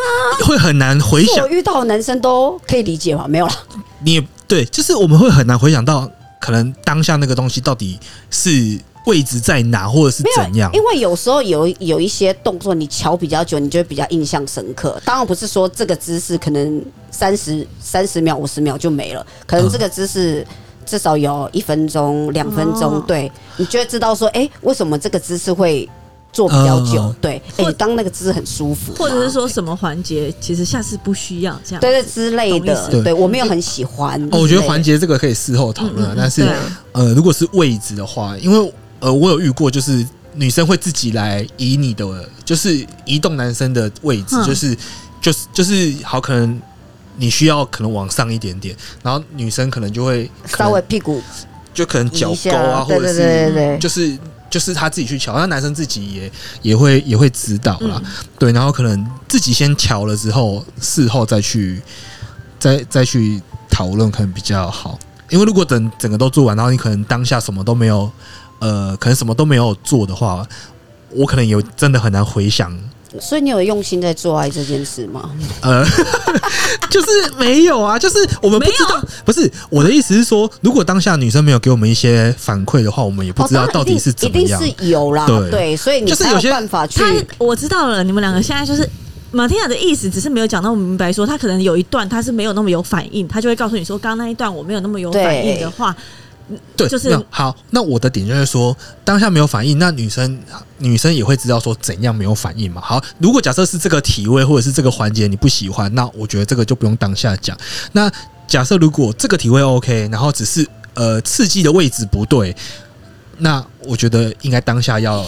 Speaker 3: 为会很难回
Speaker 2: 是
Speaker 3: 想
Speaker 2: 我。遇到的男生都可以理解吗？没有啦，
Speaker 3: 你也对，就是我们会很难回想到，可能当下那个东西到底是位置在哪，或者是
Speaker 2: 没有
Speaker 3: 怎样。
Speaker 2: 因为有时候有有一些动作，你瞧比较久，你就会比较印象深刻。当然不是说这个姿势可能三十三十秒、五十秒就没了，可
Speaker 3: 嗯
Speaker 2: 能这个姿势。至少有一分钟、两分钟，
Speaker 1: 哦
Speaker 2: 对你就会知道说，哎、为什么这个姿势会做比较久？
Speaker 3: 嗯
Speaker 2: 对，哎、
Speaker 1: 或
Speaker 2: 当那个姿势很舒服，
Speaker 1: 或者是，说什么环节，其实下次不需要这样。
Speaker 2: 对对之类
Speaker 1: 懂意思
Speaker 2: 的，对我没有很喜欢。
Speaker 3: 哦，我觉得环
Speaker 2: 节
Speaker 3: 节这个可以事后讨论啊，
Speaker 1: 嗯嗯嗯
Speaker 3: 但是
Speaker 1: 对啊
Speaker 3: 呃，如果是位置的话，因为呃，我有遇过，就是女生会自己来移你的，就是移动男生的位置，
Speaker 1: 嗯
Speaker 3: 就是就是就是好，可能你需要可能往上一点点，然后女生可能就会可能
Speaker 2: 稍微屁股
Speaker 3: 就可能
Speaker 2: 移
Speaker 3: 脚
Speaker 2: 一
Speaker 3: 勾啊，
Speaker 2: 下，
Speaker 3: 或
Speaker 2: 对
Speaker 3: 者
Speaker 2: 对
Speaker 3: 是
Speaker 2: 对对对，
Speaker 3: 就是就是他自己去瞧，那男生自己也也会也会指导
Speaker 2: 嗯
Speaker 3: 啦，对，然后可能自己先瞧了之后，事后再去再再去讨论，可能比较好。因为如果等整个都做完，然后你可能当下什么都没有，呃，可能什么都没有做的话，我可能有真的很难回想，
Speaker 2: 所以你有用心在做爱这件事吗？
Speaker 3: 呃， 就是没有啊，就是我们不知道，不是我的意思是说，如果当下女生没有给我们一些反馈的话，我们也不知道
Speaker 2: 哦当然
Speaker 3: 到底是怎么
Speaker 2: 一定
Speaker 3: 样。
Speaker 2: 一定是有啦，
Speaker 3: 对
Speaker 2: 对，所以你
Speaker 3: 就是
Speaker 2: 才
Speaker 3: 有些
Speaker 2: 有办法去
Speaker 1: 他我知道了，你们两个现在就是。马天雅的意思只是没有讲到明白说他可能有一段他是没有那么有反应，他就会告诉你说，刚刚那一段我没有那么有反应的话，
Speaker 3: 对，
Speaker 1: 就是
Speaker 3: 那好。那我的点就是说，当下没有反应，那女生女生也会知道说怎样没有反应嘛。好，如果假设是这个体位或者是这个环节你不喜欢，那我觉得这个就不用当下讲。那假设如果这个体位 OK，然后只是呃刺激的位置不对，那我觉得应该当下要
Speaker 1: 哦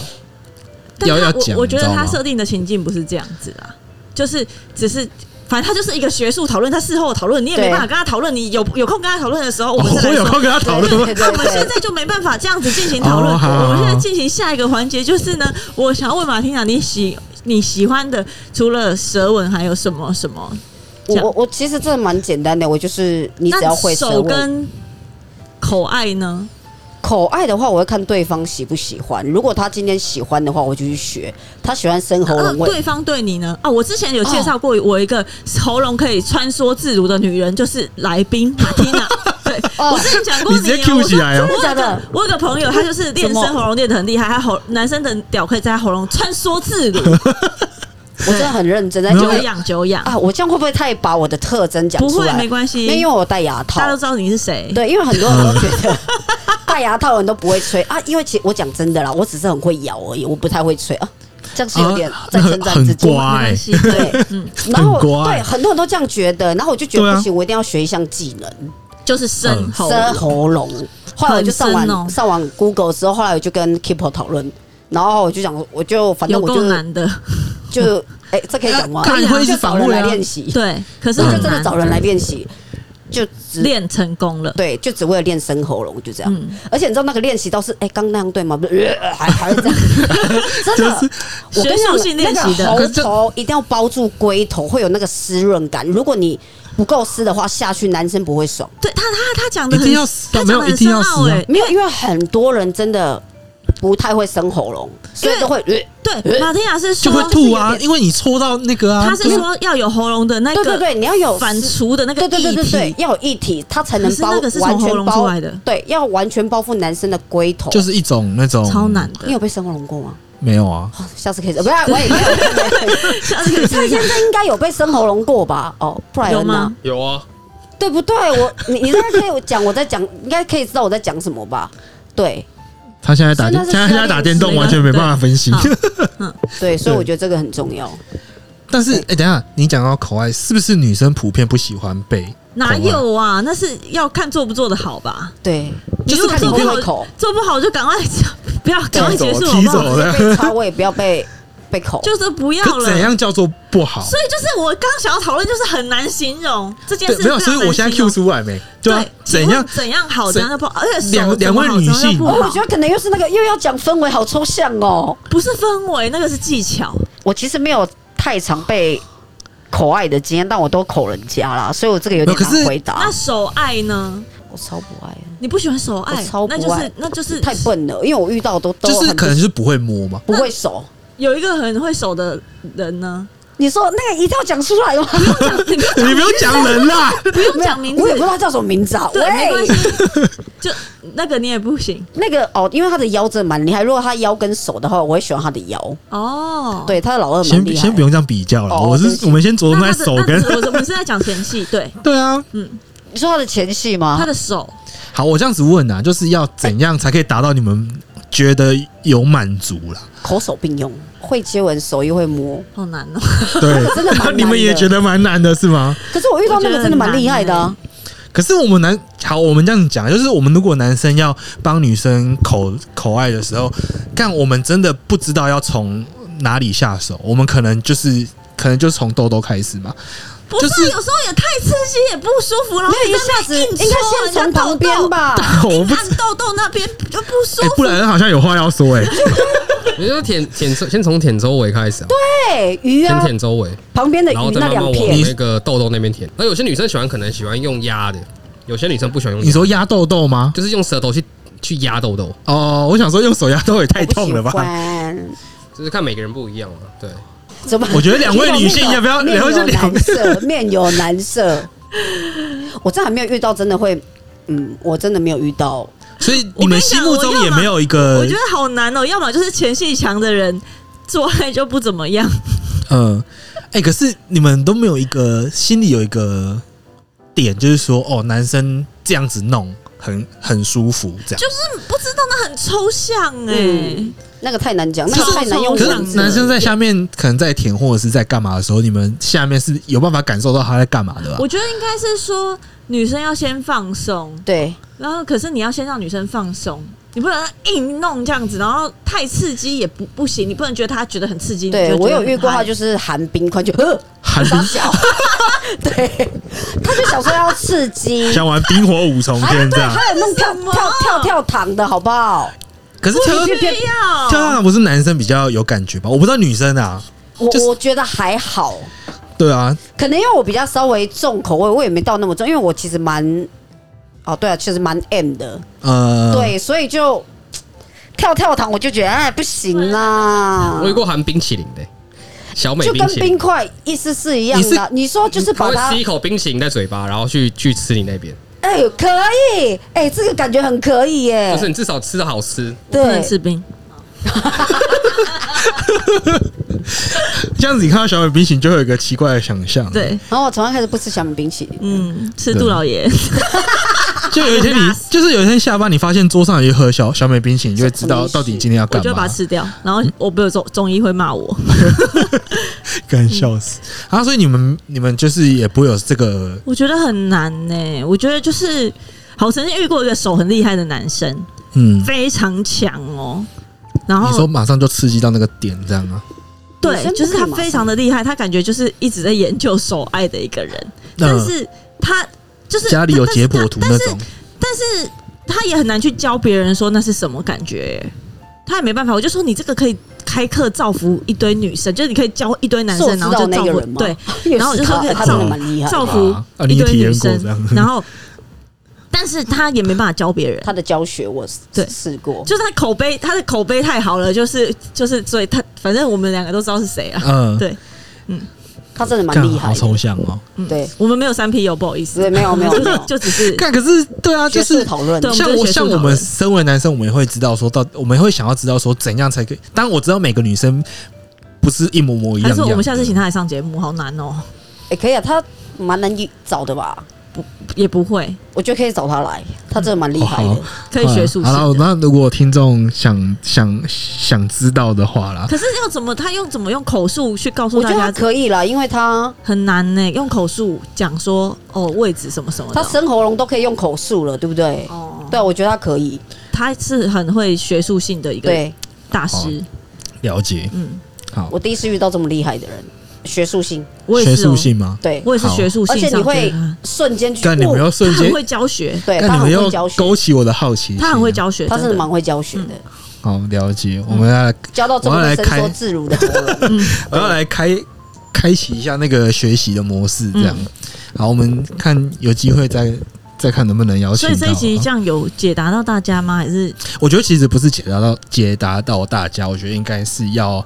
Speaker 1: 但
Speaker 3: 要
Speaker 1: 他
Speaker 3: 要
Speaker 1: 我
Speaker 3: 讲
Speaker 1: 我觉得
Speaker 3: 你知道
Speaker 1: 他
Speaker 3: 吗
Speaker 1: 设定的情境不是这样子啦，就是只是反正他就是一个学术讨论，他事后讨论你也没
Speaker 2: 对
Speaker 1: 办法跟他讨论，你有有空跟他讨论的时候，我
Speaker 3: 哦
Speaker 1: 们再
Speaker 3: 我
Speaker 1: 来
Speaker 3: 有
Speaker 1: 说。
Speaker 3: 空跟他讨论吗
Speaker 2: 对对
Speaker 1: 我们
Speaker 2: 对
Speaker 1: 现在就没办法这样子进行讨论。
Speaker 3: 哦好好好
Speaker 1: 我们现在进行下一个环节，就是呢，我想要问马天雅，你喜你喜欢的除了舌吻还有什么什么？
Speaker 2: 我
Speaker 1: 讲
Speaker 2: 我我其实真的蛮简单的，我就是你
Speaker 1: 那
Speaker 2: 只要会舌
Speaker 1: 手
Speaker 2: 吻，
Speaker 1: 跟口爱呢？
Speaker 2: 口爱的话，我会看对方喜不喜欢。如果他今天喜欢的话，我就去学；他喜欢生喉
Speaker 1: 呃，
Speaker 2: 咙哦味，
Speaker 1: 对方对你呢？啊，我之前有介绍过我一个喉咙可以穿梭自如的女人，就是来 宾马蒂娜。对，
Speaker 2: 哦
Speaker 1: 我之前讲过
Speaker 3: 你直接
Speaker 1: 哦
Speaker 3: cue
Speaker 1: 我说
Speaker 3: 起来哦
Speaker 1: 真
Speaker 2: 真的假的
Speaker 1: 我有个朋友，他就是练
Speaker 2: 怎么
Speaker 1: 声喉咙练得很厉害，他喉男生的屌可以在他喉咙穿梭自如，
Speaker 2: 我真的很认真在
Speaker 3: 没有
Speaker 2: 就
Speaker 1: 久
Speaker 2: 会
Speaker 1: 仰久仰。
Speaker 2: 啊，我这样会不会太把我的特征讲
Speaker 1: 不
Speaker 2: 出
Speaker 1: 会，
Speaker 2: 来？
Speaker 1: 没关系，
Speaker 2: 因为因为我戴牙套
Speaker 1: 大家，都知道你是谁。
Speaker 2: 对，因为很多人都觉得 戴牙套的人都不会吹啊。因为其实我讲真的啦，我只是很会咬而已，我不太会吹啊。这样是有点
Speaker 3: 啊
Speaker 2: 在称赞自己
Speaker 3: 很
Speaker 2: 吗。
Speaker 3: 很乖
Speaker 1: 没关系，
Speaker 2: 对，嗯，然后
Speaker 3: 很乖
Speaker 2: 对很多人都这样觉得，然后我就觉
Speaker 3: 对
Speaker 2: 得
Speaker 3: 啊
Speaker 2: 不行，我一定要学一项技能，
Speaker 3: 嗯
Speaker 1: 就是生喉，
Speaker 2: 生喉咙。后来我就上网、
Speaker 1: 很深哦
Speaker 2: 上网 Google 之后，后来我就跟 Kipo 讨论，然后我就讲，我就反正
Speaker 1: 有
Speaker 2: 我
Speaker 1: 够
Speaker 2: 就
Speaker 1: 难 的，
Speaker 2: 就哎、这可以讲吗？
Speaker 3: 当然会一直
Speaker 2: 就找
Speaker 3: 访
Speaker 2: 人
Speaker 3: 问
Speaker 2: 来
Speaker 3: 啊
Speaker 2: 练习，
Speaker 1: 对，可是
Speaker 2: 就
Speaker 1: 很
Speaker 2: 真的
Speaker 1: 难
Speaker 2: 找人来练习，就只
Speaker 1: 练成功了。
Speaker 2: 对，就只为了练深喉咙，就这样。
Speaker 1: 嗯
Speaker 2: 而且你知道那个练习倒是，哎、刚那样对吗？ 不是，呃还还 是这样，真的。我跟你
Speaker 1: 学
Speaker 2: 讲
Speaker 1: 术性练习的
Speaker 2: 那
Speaker 3: 可
Speaker 2: 个喉
Speaker 3: 是这
Speaker 2: 头一定要包住龟头，会有那个湿润感。如果你不够湿的话，下去男生不会爽。
Speaker 1: 对他他他讲的
Speaker 3: 一定要死
Speaker 1: 他
Speaker 3: 没
Speaker 1: 讲
Speaker 3: 有
Speaker 1: 的很
Speaker 3: 一定要
Speaker 1: 深奥
Speaker 3: 死啊
Speaker 1: 哎，
Speaker 2: 没有，因为很多人真的不太会生喉咙，所以都会。呃
Speaker 1: 对，马天雅是
Speaker 3: 就
Speaker 1: 说
Speaker 3: 会
Speaker 1: 就是
Speaker 3: 吐啊，
Speaker 1: 有点
Speaker 3: 因为你戳到那个啊，
Speaker 1: 他是说要有喉咙的那
Speaker 2: 对
Speaker 1: 个，
Speaker 2: 对对，你要有
Speaker 1: 反
Speaker 2: 湿
Speaker 1: 刍的那个
Speaker 2: 对对对
Speaker 1: 液
Speaker 2: 对对
Speaker 1: 体，，
Speaker 2: 要有一体，它才能
Speaker 1: 可是
Speaker 2: 包
Speaker 1: 那个是
Speaker 2: 完
Speaker 1: 从喉
Speaker 2: 全
Speaker 1: 咙
Speaker 2: 包
Speaker 1: 出来的
Speaker 2: 对，要完全包覆男生的龟头。
Speaker 3: 就是一种那种
Speaker 1: 超难的
Speaker 2: 哦你。有被生喉咙过吗？
Speaker 3: 没有啊，
Speaker 2: 哦下次可以，呃不是我也没 有。
Speaker 1: 下次可以
Speaker 2: 蔡先生应该有被生喉咙过吧？哦，不然
Speaker 1: 有
Speaker 2: 呢
Speaker 1: 吗？
Speaker 4: 有啊，
Speaker 2: 对不对？我你你大概可以讲我在讲，应该可以知道我在讲什么吧？对
Speaker 3: 他现在打
Speaker 2: 所以那
Speaker 3: 电，
Speaker 2: 是
Speaker 3: 现在现在打电动
Speaker 1: 需要
Speaker 3: 完全没
Speaker 1: 练习
Speaker 3: 办法分析。
Speaker 1: 好
Speaker 2: 对，所以
Speaker 3: 对
Speaker 2: 我觉得这个很重要。
Speaker 3: 但是，哎、等一下你讲到口爱，是不是女生普遍不喜欢被？
Speaker 1: 哪有啊？那是要看做不做的好吧。
Speaker 2: 对，
Speaker 1: 你如果
Speaker 2: 看你
Speaker 1: 做
Speaker 2: 会
Speaker 1: 不
Speaker 2: 不
Speaker 1: 好
Speaker 2: 会，口，
Speaker 1: 做不好就赶快 不要赶快结束好
Speaker 3: 踢
Speaker 1: 不
Speaker 3: 走
Speaker 1: 好？
Speaker 3: 了
Speaker 2: 被插我也不要被被口。
Speaker 1: 就是不要
Speaker 3: 可
Speaker 1: 了
Speaker 3: 怎。样叫做不好？
Speaker 1: 所以就是我刚想要讨论，就是很难形容这件
Speaker 3: 对，
Speaker 1: 事。
Speaker 3: 没有，所以我现在 Q 出来没？对啊
Speaker 1: 对，
Speaker 3: 怎
Speaker 1: 请问
Speaker 3: 样？
Speaker 1: 怎样好，怎样就不好，而且
Speaker 3: 两
Speaker 1: 手怎么好
Speaker 3: 两位女性
Speaker 1: 怎样就
Speaker 2: 哦
Speaker 1: 不
Speaker 2: 我
Speaker 1: 好
Speaker 2: 觉得可能又是那个又要讲氛围，好抽象哦。
Speaker 1: 不是氛围，那个是技巧。
Speaker 2: 我其实没有太常被口爱的经验，但我都口人家啦，所以我这个有点
Speaker 3: 可是
Speaker 2: 难回答
Speaker 1: 那。手爱呢？
Speaker 2: 我超不爱的，
Speaker 1: 你不喜欢手爱
Speaker 2: 我超，不
Speaker 1: 那就是
Speaker 2: 爱
Speaker 1: 那就是
Speaker 2: 太笨了，因为我遇到都都
Speaker 3: 就是
Speaker 2: 很
Speaker 3: 可能就是不会摸嘛。
Speaker 2: 不会熟。
Speaker 1: 有一个很会手的人呢，
Speaker 2: 你说那个一定要讲出来 吗？
Speaker 1: 你不
Speaker 3: 你不用讲人啦，
Speaker 1: 不用讲名字
Speaker 2: 我也不，知道他叫什么名字啊。
Speaker 1: 对，没关
Speaker 2: 喂
Speaker 1: 系，就那个你也不行
Speaker 2: 那个哦，因为他的腰真的蛮厉害。如果他腰跟手的话，我会喜欢他的腰。
Speaker 1: 哦。，
Speaker 2: 对，他的老二蛮
Speaker 3: 先
Speaker 2: 厉害。
Speaker 3: 先不用这样比较了。
Speaker 2: 哦
Speaker 3: 我
Speaker 2: 对不
Speaker 3: 是
Speaker 2: 起
Speaker 3: 我们先着重
Speaker 1: 那
Speaker 3: 在
Speaker 1: 他的
Speaker 3: 手
Speaker 1: 那
Speaker 3: 跟
Speaker 1: 是我我们是在讲前戏，对，
Speaker 3: 对啊。
Speaker 2: 你说他的前戏吗
Speaker 1: 他？的手
Speaker 3: 好，我这样子问啊，就是要怎样才可以达到你们觉得有满足啦？
Speaker 2: 口手并用，会接吻，手又会摸。
Speaker 1: 好难哦。
Speaker 3: 对，
Speaker 2: 真的蛮难的
Speaker 3: 你们也觉得蛮难的是吗？
Speaker 2: 可是我遇到那个真的蛮厉害的、啊，
Speaker 3: 可是我们男好，我们这样讲，就是我们如果男生要帮女生口口爱的时候，干我们真的不知道要从哪里下手，我们可能就是可能就从痘痘开始嘛。
Speaker 1: 不是，
Speaker 3: 就是
Speaker 1: 有时候也太刺激，也不舒服，然后
Speaker 2: 没有一
Speaker 1: 你在
Speaker 2: 下
Speaker 1: 那
Speaker 2: 子
Speaker 1: 边
Speaker 2: 应
Speaker 1: 硬
Speaker 2: 该
Speaker 1: 戳
Speaker 2: 先
Speaker 1: 人家
Speaker 2: 从
Speaker 1: 痘
Speaker 2: 旁
Speaker 1: 痘
Speaker 2: 边，吧。
Speaker 3: 我
Speaker 1: 硬
Speaker 3: 不，
Speaker 1: 按痘痘那边就不舒
Speaker 3: 哎、
Speaker 1: 服。
Speaker 3: 布莱恩好像有话要说、哎，
Speaker 4: 你说舔舔周先从舔周围开始啊，
Speaker 2: 对，鱼
Speaker 4: 先
Speaker 2: 啊，
Speaker 4: 舔周围，
Speaker 2: 旁边的
Speaker 4: 然后
Speaker 2: 鱼
Speaker 4: 再
Speaker 2: 那
Speaker 4: 慢慢
Speaker 2: 两
Speaker 4: 往
Speaker 2: 片，
Speaker 4: 那个痘痘那边舔。那有些女生喜欢，可能喜欢用压的，有些女生不喜欢用压，
Speaker 3: 你说压痘 痘吗？
Speaker 4: 就是用舌头去去压痘痘，
Speaker 3: 哦，我想说用手压痘也太
Speaker 2: 我不喜
Speaker 3: 痛了吧。
Speaker 2: 欢
Speaker 4: 就是看每个人不一样嘛。对，
Speaker 2: 怎么？
Speaker 3: 我觉得两位女性要不要
Speaker 2: 面有
Speaker 3: 聊一下
Speaker 2: 面有
Speaker 3: 两
Speaker 2: 难色，面有难色。我真的还没有遇到真的会，嗯，我真的没有遇到。
Speaker 3: 所以你们心目中也没有一
Speaker 1: 我
Speaker 3: 个
Speaker 1: 觉，得好难哦，要么就是前戏强的人做爱就不怎么样，
Speaker 3: 嗯，哎、可是你们都没有一个心里有一个点，就是说，哦，男生这样子弄很很舒服，这样。
Speaker 1: 就是不知道那很抽象哎、
Speaker 2: 嗯那个太难讲，那
Speaker 1: 可
Speaker 2: 个
Speaker 1: 是
Speaker 2: 太难用
Speaker 3: 可
Speaker 2: 文
Speaker 3: 是
Speaker 2: 字了。
Speaker 3: 男生在下面可能在舔或者是在干嘛的时候，你们下面是有办法感受到他在干嘛的吧？
Speaker 1: 我觉得应该是说女生要先放松，
Speaker 2: 对，
Speaker 1: 然后可是你要先让女生放松，你不能硬弄这样子，然后太刺激也不不行，你不能觉得她觉得很刺激。
Speaker 2: 对我有遇过，他
Speaker 1: 她，
Speaker 2: 就是含冰块就 呃，
Speaker 3: 寒
Speaker 2: 傻笑，对，他就想说要刺激，
Speaker 3: 想玩冰火五重
Speaker 2: 啊，
Speaker 3: 天这
Speaker 2: 对，
Speaker 3: 样。
Speaker 2: 还有弄跳
Speaker 1: 什么
Speaker 2: 跳跳跳糖的好不好？
Speaker 3: 可是跳
Speaker 1: 不
Speaker 3: 跳
Speaker 1: 需要
Speaker 3: 跳 跳不是男生比较有感觉吧？我不知道女生啊，
Speaker 2: 我
Speaker 3: 就是
Speaker 2: 我觉得还好，
Speaker 3: 对啊，
Speaker 2: 可能因为我比较稍微重口味，我也没到那么重，因为我其实蛮，哦，对啊，确实蛮 M 的，
Speaker 3: 呃，，
Speaker 4: 嗯
Speaker 2: 对，所以就跳跳糖，我就觉得哎不行啦
Speaker 4: 我，有过含冰淇淋的、小美
Speaker 2: 就
Speaker 4: 冰
Speaker 2: 跟
Speaker 4: 淇
Speaker 2: 冰
Speaker 4: 淋，
Speaker 2: 块意思是一样
Speaker 3: 你是
Speaker 2: 的。你说就是
Speaker 4: 她
Speaker 2: 把它
Speaker 4: 会吸一口冰淇淋在嘴巴，然后去去吃你那边，
Speaker 2: 哎、可以，哎、这个感觉很可以耶。
Speaker 4: 就是你至少吃的好吃。
Speaker 1: 不能
Speaker 2: 对，
Speaker 1: 吃冰，
Speaker 3: 这样子你看到小美冰淇淋就会有一个奇怪的想象，，啊
Speaker 1: 对，
Speaker 2: 然后我从那开始不吃小米冰淇淋，
Speaker 1: 嗯，吃杜老爷，
Speaker 3: 就有一天 你就是有一天下班你发现桌上有一盒小小美冰淇淋，你就会知
Speaker 2: 什么
Speaker 3: 道
Speaker 2: 意思
Speaker 3: 到底你今天要
Speaker 1: 我
Speaker 3: 干
Speaker 1: 就把
Speaker 3: 嘛
Speaker 1: 它，吃掉。然后我不有中中医会骂我，
Speaker 3: 干笑死啊！所以你们你们就是也不会有这个
Speaker 1: 欸我觉得很难呢、我觉得就是，好，我曾经遇过一个手很厉害的男生，
Speaker 3: 嗯，
Speaker 1: 非常强哦。然
Speaker 3: 你说
Speaker 1: 后
Speaker 3: 马上就刺激到那个点，这样啊？
Speaker 1: 对
Speaker 2: 女生，不
Speaker 1: 就是
Speaker 2: 可以
Speaker 1: 他
Speaker 2: 马
Speaker 1: 非
Speaker 2: 上
Speaker 1: 常的厉害，他感觉就是一直在研究手爱的一个人，
Speaker 3: 那
Speaker 1: 但是他就是
Speaker 3: 嗯家里有解剖图
Speaker 1: 但
Speaker 3: 那
Speaker 1: 是他
Speaker 3: 种，
Speaker 1: 但是他也很难去教别人说那是什么感觉、他也没办法。我就说你这个可以开课造福一堆女生，就是你可以教一堆男
Speaker 2: 是我
Speaker 1: 生，
Speaker 2: 知
Speaker 1: 然
Speaker 2: 道
Speaker 1: 后就
Speaker 2: 那
Speaker 1: 造
Speaker 2: 个
Speaker 1: 福
Speaker 2: 人吗
Speaker 1: 对
Speaker 2: 也
Speaker 1: 然后我
Speaker 2: 是
Speaker 1: 就说
Speaker 2: 他
Speaker 1: 可以
Speaker 2: 他
Speaker 1: 造
Speaker 2: 真的蛮厉害的，
Speaker 1: 造福
Speaker 3: 啊啊你
Speaker 1: 一
Speaker 3: 也
Speaker 1: 堆
Speaker 3: 体验
Speaker 1: 女
Speaker 3: 过
Speaker 1: 生
Speaker 3: 这样，
Speaker 1: 然后但是他也没办法教别人。
Speaker 2: 他的教学我试
Speaker 1: 对
Speaker 2: 试过，
Speaker 1: 就是他口碑，他的口碑太好了，就是就是，所以他反正我们两个都知道是谁啊。
Speaker 3: 嗯，
Speaker 1: 对，
Speaker 2: 他真的蛮
Speaker 3: 干
Speaker 2: 厉害
Speaker 3: 好
Speaker 2: 的，
Speaker 3: 抽象哦。
Speaker 1: 嗯
Speaker 2: 对，
Speaker 1: 我们没有三 P 友，不好意思，
Speaker 2: 对没有没有
Speaker 1: 就是
Speaker 2: 没有
Speaker 1: 就只是
Speaker 3: 干，可是对啊，就
Speaker 2: 学
Speaker 3: 是
Speaker 2: 术讨论
Speaker 1: 对我们
Speaker 3: 像
Speaker 1: 就是
Speaker 3: 我
Speaker 1: 学术
Speaker 3: 像我
Speaker 1: 讨
Speaker 3: 们
Speaker 1: 论
Speaker 3: 身为男生，我们也会知道说到，我们也会想要知道说怎样才可以。当然我知道每个女生不是一模模一
Speaker 1: 还
Speaker 3: 样样
Speaker 1: 是
Speaker 3: 的，
Speaker 1: 我们下次请他来上节目，好难哦，
Speaker 2: 也可以啊，他蛮难找的吧？
Speaker 1: 也不会
Speaker 2: 我觉得可以找他来，他真的蛮厉害的
Speaker 3: 哦好。
Speaker 1: 可以学术性
Speaker 3: 好了，
Speaker 1: 的。
Speaker 3: 那如果听众想想想知道的话啦，
Speaker 1: 可是要怎么他用怎么用口述去告诉
Speaker 2: 我觉
Speaker 1: 大家
Speaker 2: 得他？可以啦，因为他
Speaker 1: 很难呢、用口述讲说哦位置什么什么的
Speaker 2: 他
Speaker 1: 哦，
Speaker 2: 生喉咙都可以用口述了，对不对？
Speaker 1: 哦，
Speaker 2: 对，我觉得他可以。
Speaker 1: 他是很会学术性的一个
Speaker 2: 对
Speaker 1: 大师。
Speaker 3: 哦了解，
Speaker 1: 嗯，
Speaker 3: 好
Speaker 2: 我，第一次遇到这么厉害的人，学术性，
Speaker 1: 我也
Speaker 3: 学
Speaker 1: 是、哦
Speaker 3: 术，性吗？
Speaker 2: 对，
Speaker 1: 我也是
Speaker 3: 好
Speaker 1: 学术
Speaker 2: 而
Speaker 1: 性
Speaker 2: 且
Speaker 1: 上
Speaker 2: 你
Speaker 1: 觉
Speaker 2: 会
Speaker 1: 得他
Speaker 2: 瞬间去
Speaker 3: 干，你们
Speaker 2: 哦
Speaker 3: 要瞬
Speaker 1: 他
Speaker 3: 间
Speaker 1: 很，会教学，
Speaker 2: 对，
Speaker 3: 干
Speaker 2: 他很
Speaker 3: 你们
Speaker 2: 会
Speaker 3: 要
Speaker 2: 教学，
Speaker 3: 勾起我的好奇心，啊
Speaker 1: 他很会教学，
Speaker 2: 他真
Speaker 1: 真
Speaker 2: 的
Speaker 1: 的
Speaker 2: 蛮会教学的，
Speaker 3: 好了解，我们要来
Speaker 2: 教到这
Speaker 3: 我要
Speaker 2: 么
Speaker 3: 来
Speaker 2: 伸
Speaker 3: 开
Speaker 2: 缩自如的喉咙。
Speaker 3: 我要来开开启一下那个学习的模式，这样。好，我们看有机会再再看能不能邀请
Speaker 1: 所以
Speaker 3: 到。啊
Speaker 1: 这一集这样有解答到大家吗？还是
Speaker 3: 我觉得其实不是解答到解答到大家，我觉得应该是要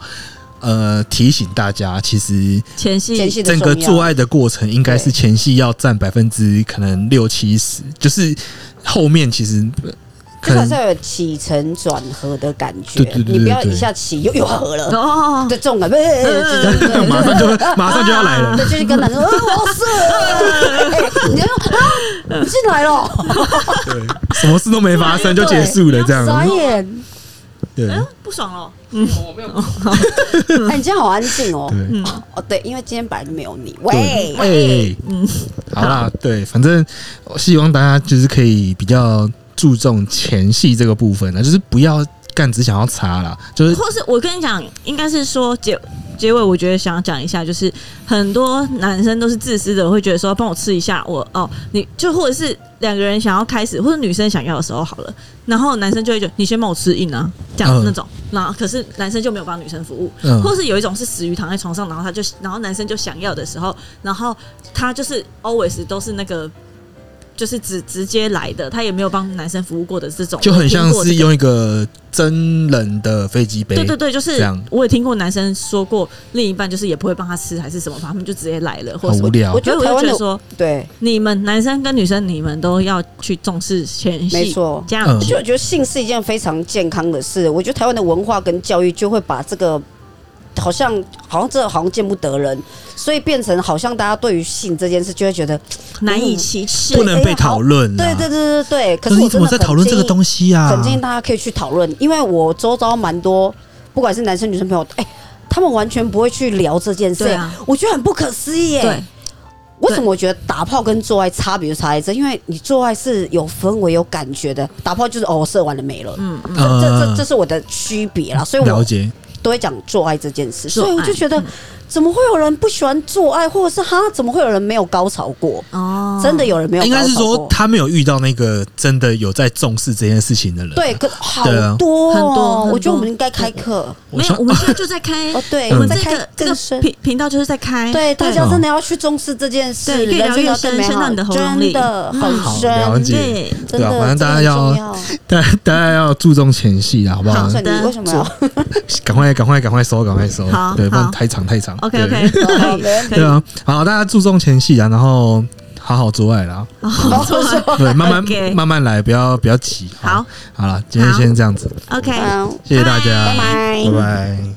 Speaker 3: 呃提醒大家，其实
Speaker 1: 前戏？
Speaker 2: 前戏的
Speaker 3: 整个
Speaker 2: 重要
Speaker 3: 做爱的过程应该是
Speaker 2: 对
Speaker 3: 前戏要占百分之可能六七十，就是后面其实呃
Speaker 2: 就
Speaker 3: 可
Speaker 2: 是还
Speaker 3: 能
Speaker 2: 是要有起承转合的感觉，
Speaker 3: 对对对对
Speaker 2: 你不要
Speaker 3: 对
Speaker 2: 一下起又又合了，
Speaker 1: 哦
Speaker 2: 这，重感，对对对对对，
Speaker 3: 马上就马上就要来了。
Speaker 2: 对，就是跟男生说，啊我射了，哎你就说啊，你进来了，
Speaker 3: 对，什么事都没发生就结束了，这
Speaker 2: 傻
Speaker 3: 样。
Speaker 2: 眼，
Speaker 3: 对
Speaker 1: 哎不爽了，
Speaker 4: 我没有
Speaker 2: 哎，你今天好安静哦，
Speaker 3: 对。
Speaker 2: 哦对，因为今天本来就没有你，
Speaker 3: 对，
Speaker 2: 喂，
Speaker 3: 哎，嗯， 好啦，对，反正我希望大家就是可以比较注重前戏这个部分啊呢，就是不要干只想要插啦，就是
Speaker 1: 或是我跟你讲，应该是说结结尾，我觉得想要讲一下，就是很多男生都是自私的，会觉得说帮我吃一下我哦，你就或者是两个人想要开始，或者女生想要的时候好了，然后男生就会觉得你先帮我吃硬啊，这样、
Speaker 3: 嗯
Speaker 1: 那种，然后可是男生就没有帮女生服务，
Speaker 3: 嗯
Speaker 1: 或是有一种是死鱼躺在床上，然后他就然后男生就想要的时候，然后他就是 always 都是那个。就是直直接来的，他也没有帮男生服务过的这种，
Speaker 3: 就很像
Speaker 1: 我听过这
Speaker 3: 是
Speaker 1: 个
Speaker 3: 用一个真人的飞机杯，
Speaker 1: 对对对，就是
Speaker 3: 这样
Speaker 1: 我也听过男生说过，另一半就是也不会帮他吃还是什么，他们就直接来了，或
Speaker 3: 好
Speaker 1: 者
Speaker 3: 无聊
Speaker 2: 我。
Speaker 1: 所
Speaker 2: 觉
Speaker 1: 以
Speaker 2: 得
Speaker 1: 我
Speaker 2: 台
Speaker 1: 就
Speaker 2: 湾
Speaker 1: 觉得
Speaker 2: 的
Speaker 1: 说，
Speaker 2: 对，
Speaker 1: 你们男生跟女生，你们都要去重视前戏，
Speaker 2: 没错
Speaker 1: 这样、
Speaker 3: 嗯
Speaker 2: 就我觉得性是一件非常健康的事，我觉得台湾的文化跟教育就会把这个。好像好像这好像见不得人，所以变成好像大家对于性这件事就会觉得
Speaker 1: 难以启齿。
Speaker 3: 不能被讨论啦
Speaker 2: 哎对对对对对，可
Speaker 3: 啊就是
Speaker 2: 我
Speaker 3: 是你怎
Speaker 2: 真
Speaker 3: 么
Speaker 2: 的
Speaker 3: 在讨论这个东
Speaker 2: 西
Speaker 3: 西啊？
Speaker 2: 很建议大家可以去讨论，因为我周遭蛮多，不管是男生女生朋友，哎、他们完全不会去聊这件事、
Speaker 1: 对啊
Speaker 2: 我觉得很不可思议耶、
Speaker 1: 对，
Speaker 2: 为什么我觉得打炮跟做爱差别就差在这？因为你做爱是有氛围、有感觉的，打炮就是哦，我射完了没了。
Speaker 1: 嗯嗯，
Speaker 2: 这这这这
Speaker 3: 嗯
Speaker 2: 是我的区别啦，所以
Speaker 3: 了
Speaker 2: 我
Speaker 3: 解，
Speaker 2: 都会讲做爱这件事，
Speaker 1: 做
Speaker 2: 所以我
Speaker 1: 爱
Speaker 2: 就觉得怎么会有人不喜欢做爱，或者是哈，怎么会有人没有高潮过？
Speaker 1: 哦，
Speaker 2: 真的有人没有高
Speaker 3: 应
Speaker 2: 潮过？
Speaker 3: 该是说他没有遇到那个真的有在重视这件事情的人。，
Speaker 2: 对，可好
Speaker 3: 对啊
Speaker 2: 多、哦、
Speaker 1: 很多很多
Speaker 2: 我觉得我们应该开课。
Speaker 1: 没有，我们现在就在开，
Speaker 2: 哦对
Speaker 1: 我们
Speaker 2: 嗯
Speaker 1: 这
Speaker 2: 在
Speaker 1: 个
Speaker 2: 开
Speaker 1: 这
Speaker 2: 更
Speaker 1: 个
Speaker 2: 深
Speaker 1: 频频道就是在开，
Speaker 2: 对，大家
Speaker 3: 对
Speaker 2: 真的要去重视这件事，
Speaker 1: 对越
Speaker 2: 人
Speaker 1: 聊
Speaker 2: 生
Speaker 1: 越
Speaker 2: 要更
Speaker 1: 深
Speaker 2: 美
Speaker 1: 深到
Speaker 2: 好，
Speaker 1: 你的喉咙
Speaker 2: 真
Speaker 1: 里
Speaker 2: 的
Speaker 1: 嗯
Speaker 2: 很
Speaker 3: 好了
Speaker 2: 深
Speaker 3: 解，
Speaker 1: 对，
Speaker 2: 真
Speaker 3: 对啊
Speaker 2: 的，
Speaker 3: 反正大
Speaker 2: 真的
Speaker 3: 家
Speaker 2: 很
Speaker 3: 要
Speaker 2: 重要。
Speaker 3: 大大家要注重前戏啊啦，好不好
Speaker 2: 好，？所以
Speaker 1: 的
Speaker 2: 你为什么要？
Speaker 3: 赶快赶快赶快收，赶快收
Speaker 1: 好，
Speaker 3: 对，不然
Speaker 1: 好
Speaker 3: 太长太长。
Speaker 1: OK
Speaker 3: 对
Speaker 1: OK，可以可
Speaker 3: 对
Speaker 1: 以，
Speaker 3: 啊，好，大家注重前戏啊，然后好好做爱啦，
Speaker 2: 哦
Speaker 3: 对，慢慢
Speaker 1: 哦 OK
Speaker 3: 慢慢来，不要不要急。
Speaker 1: 好，
Speaker 3: 好了，今天
Speaker 1: 好
Speaker 3: 先这样子，
Speaker 1: OK，
Speaker 2: 嗯，
Speaker 3: 谢谢大家，
Speaker 2: 拜拜
Speaker 3: 拜拜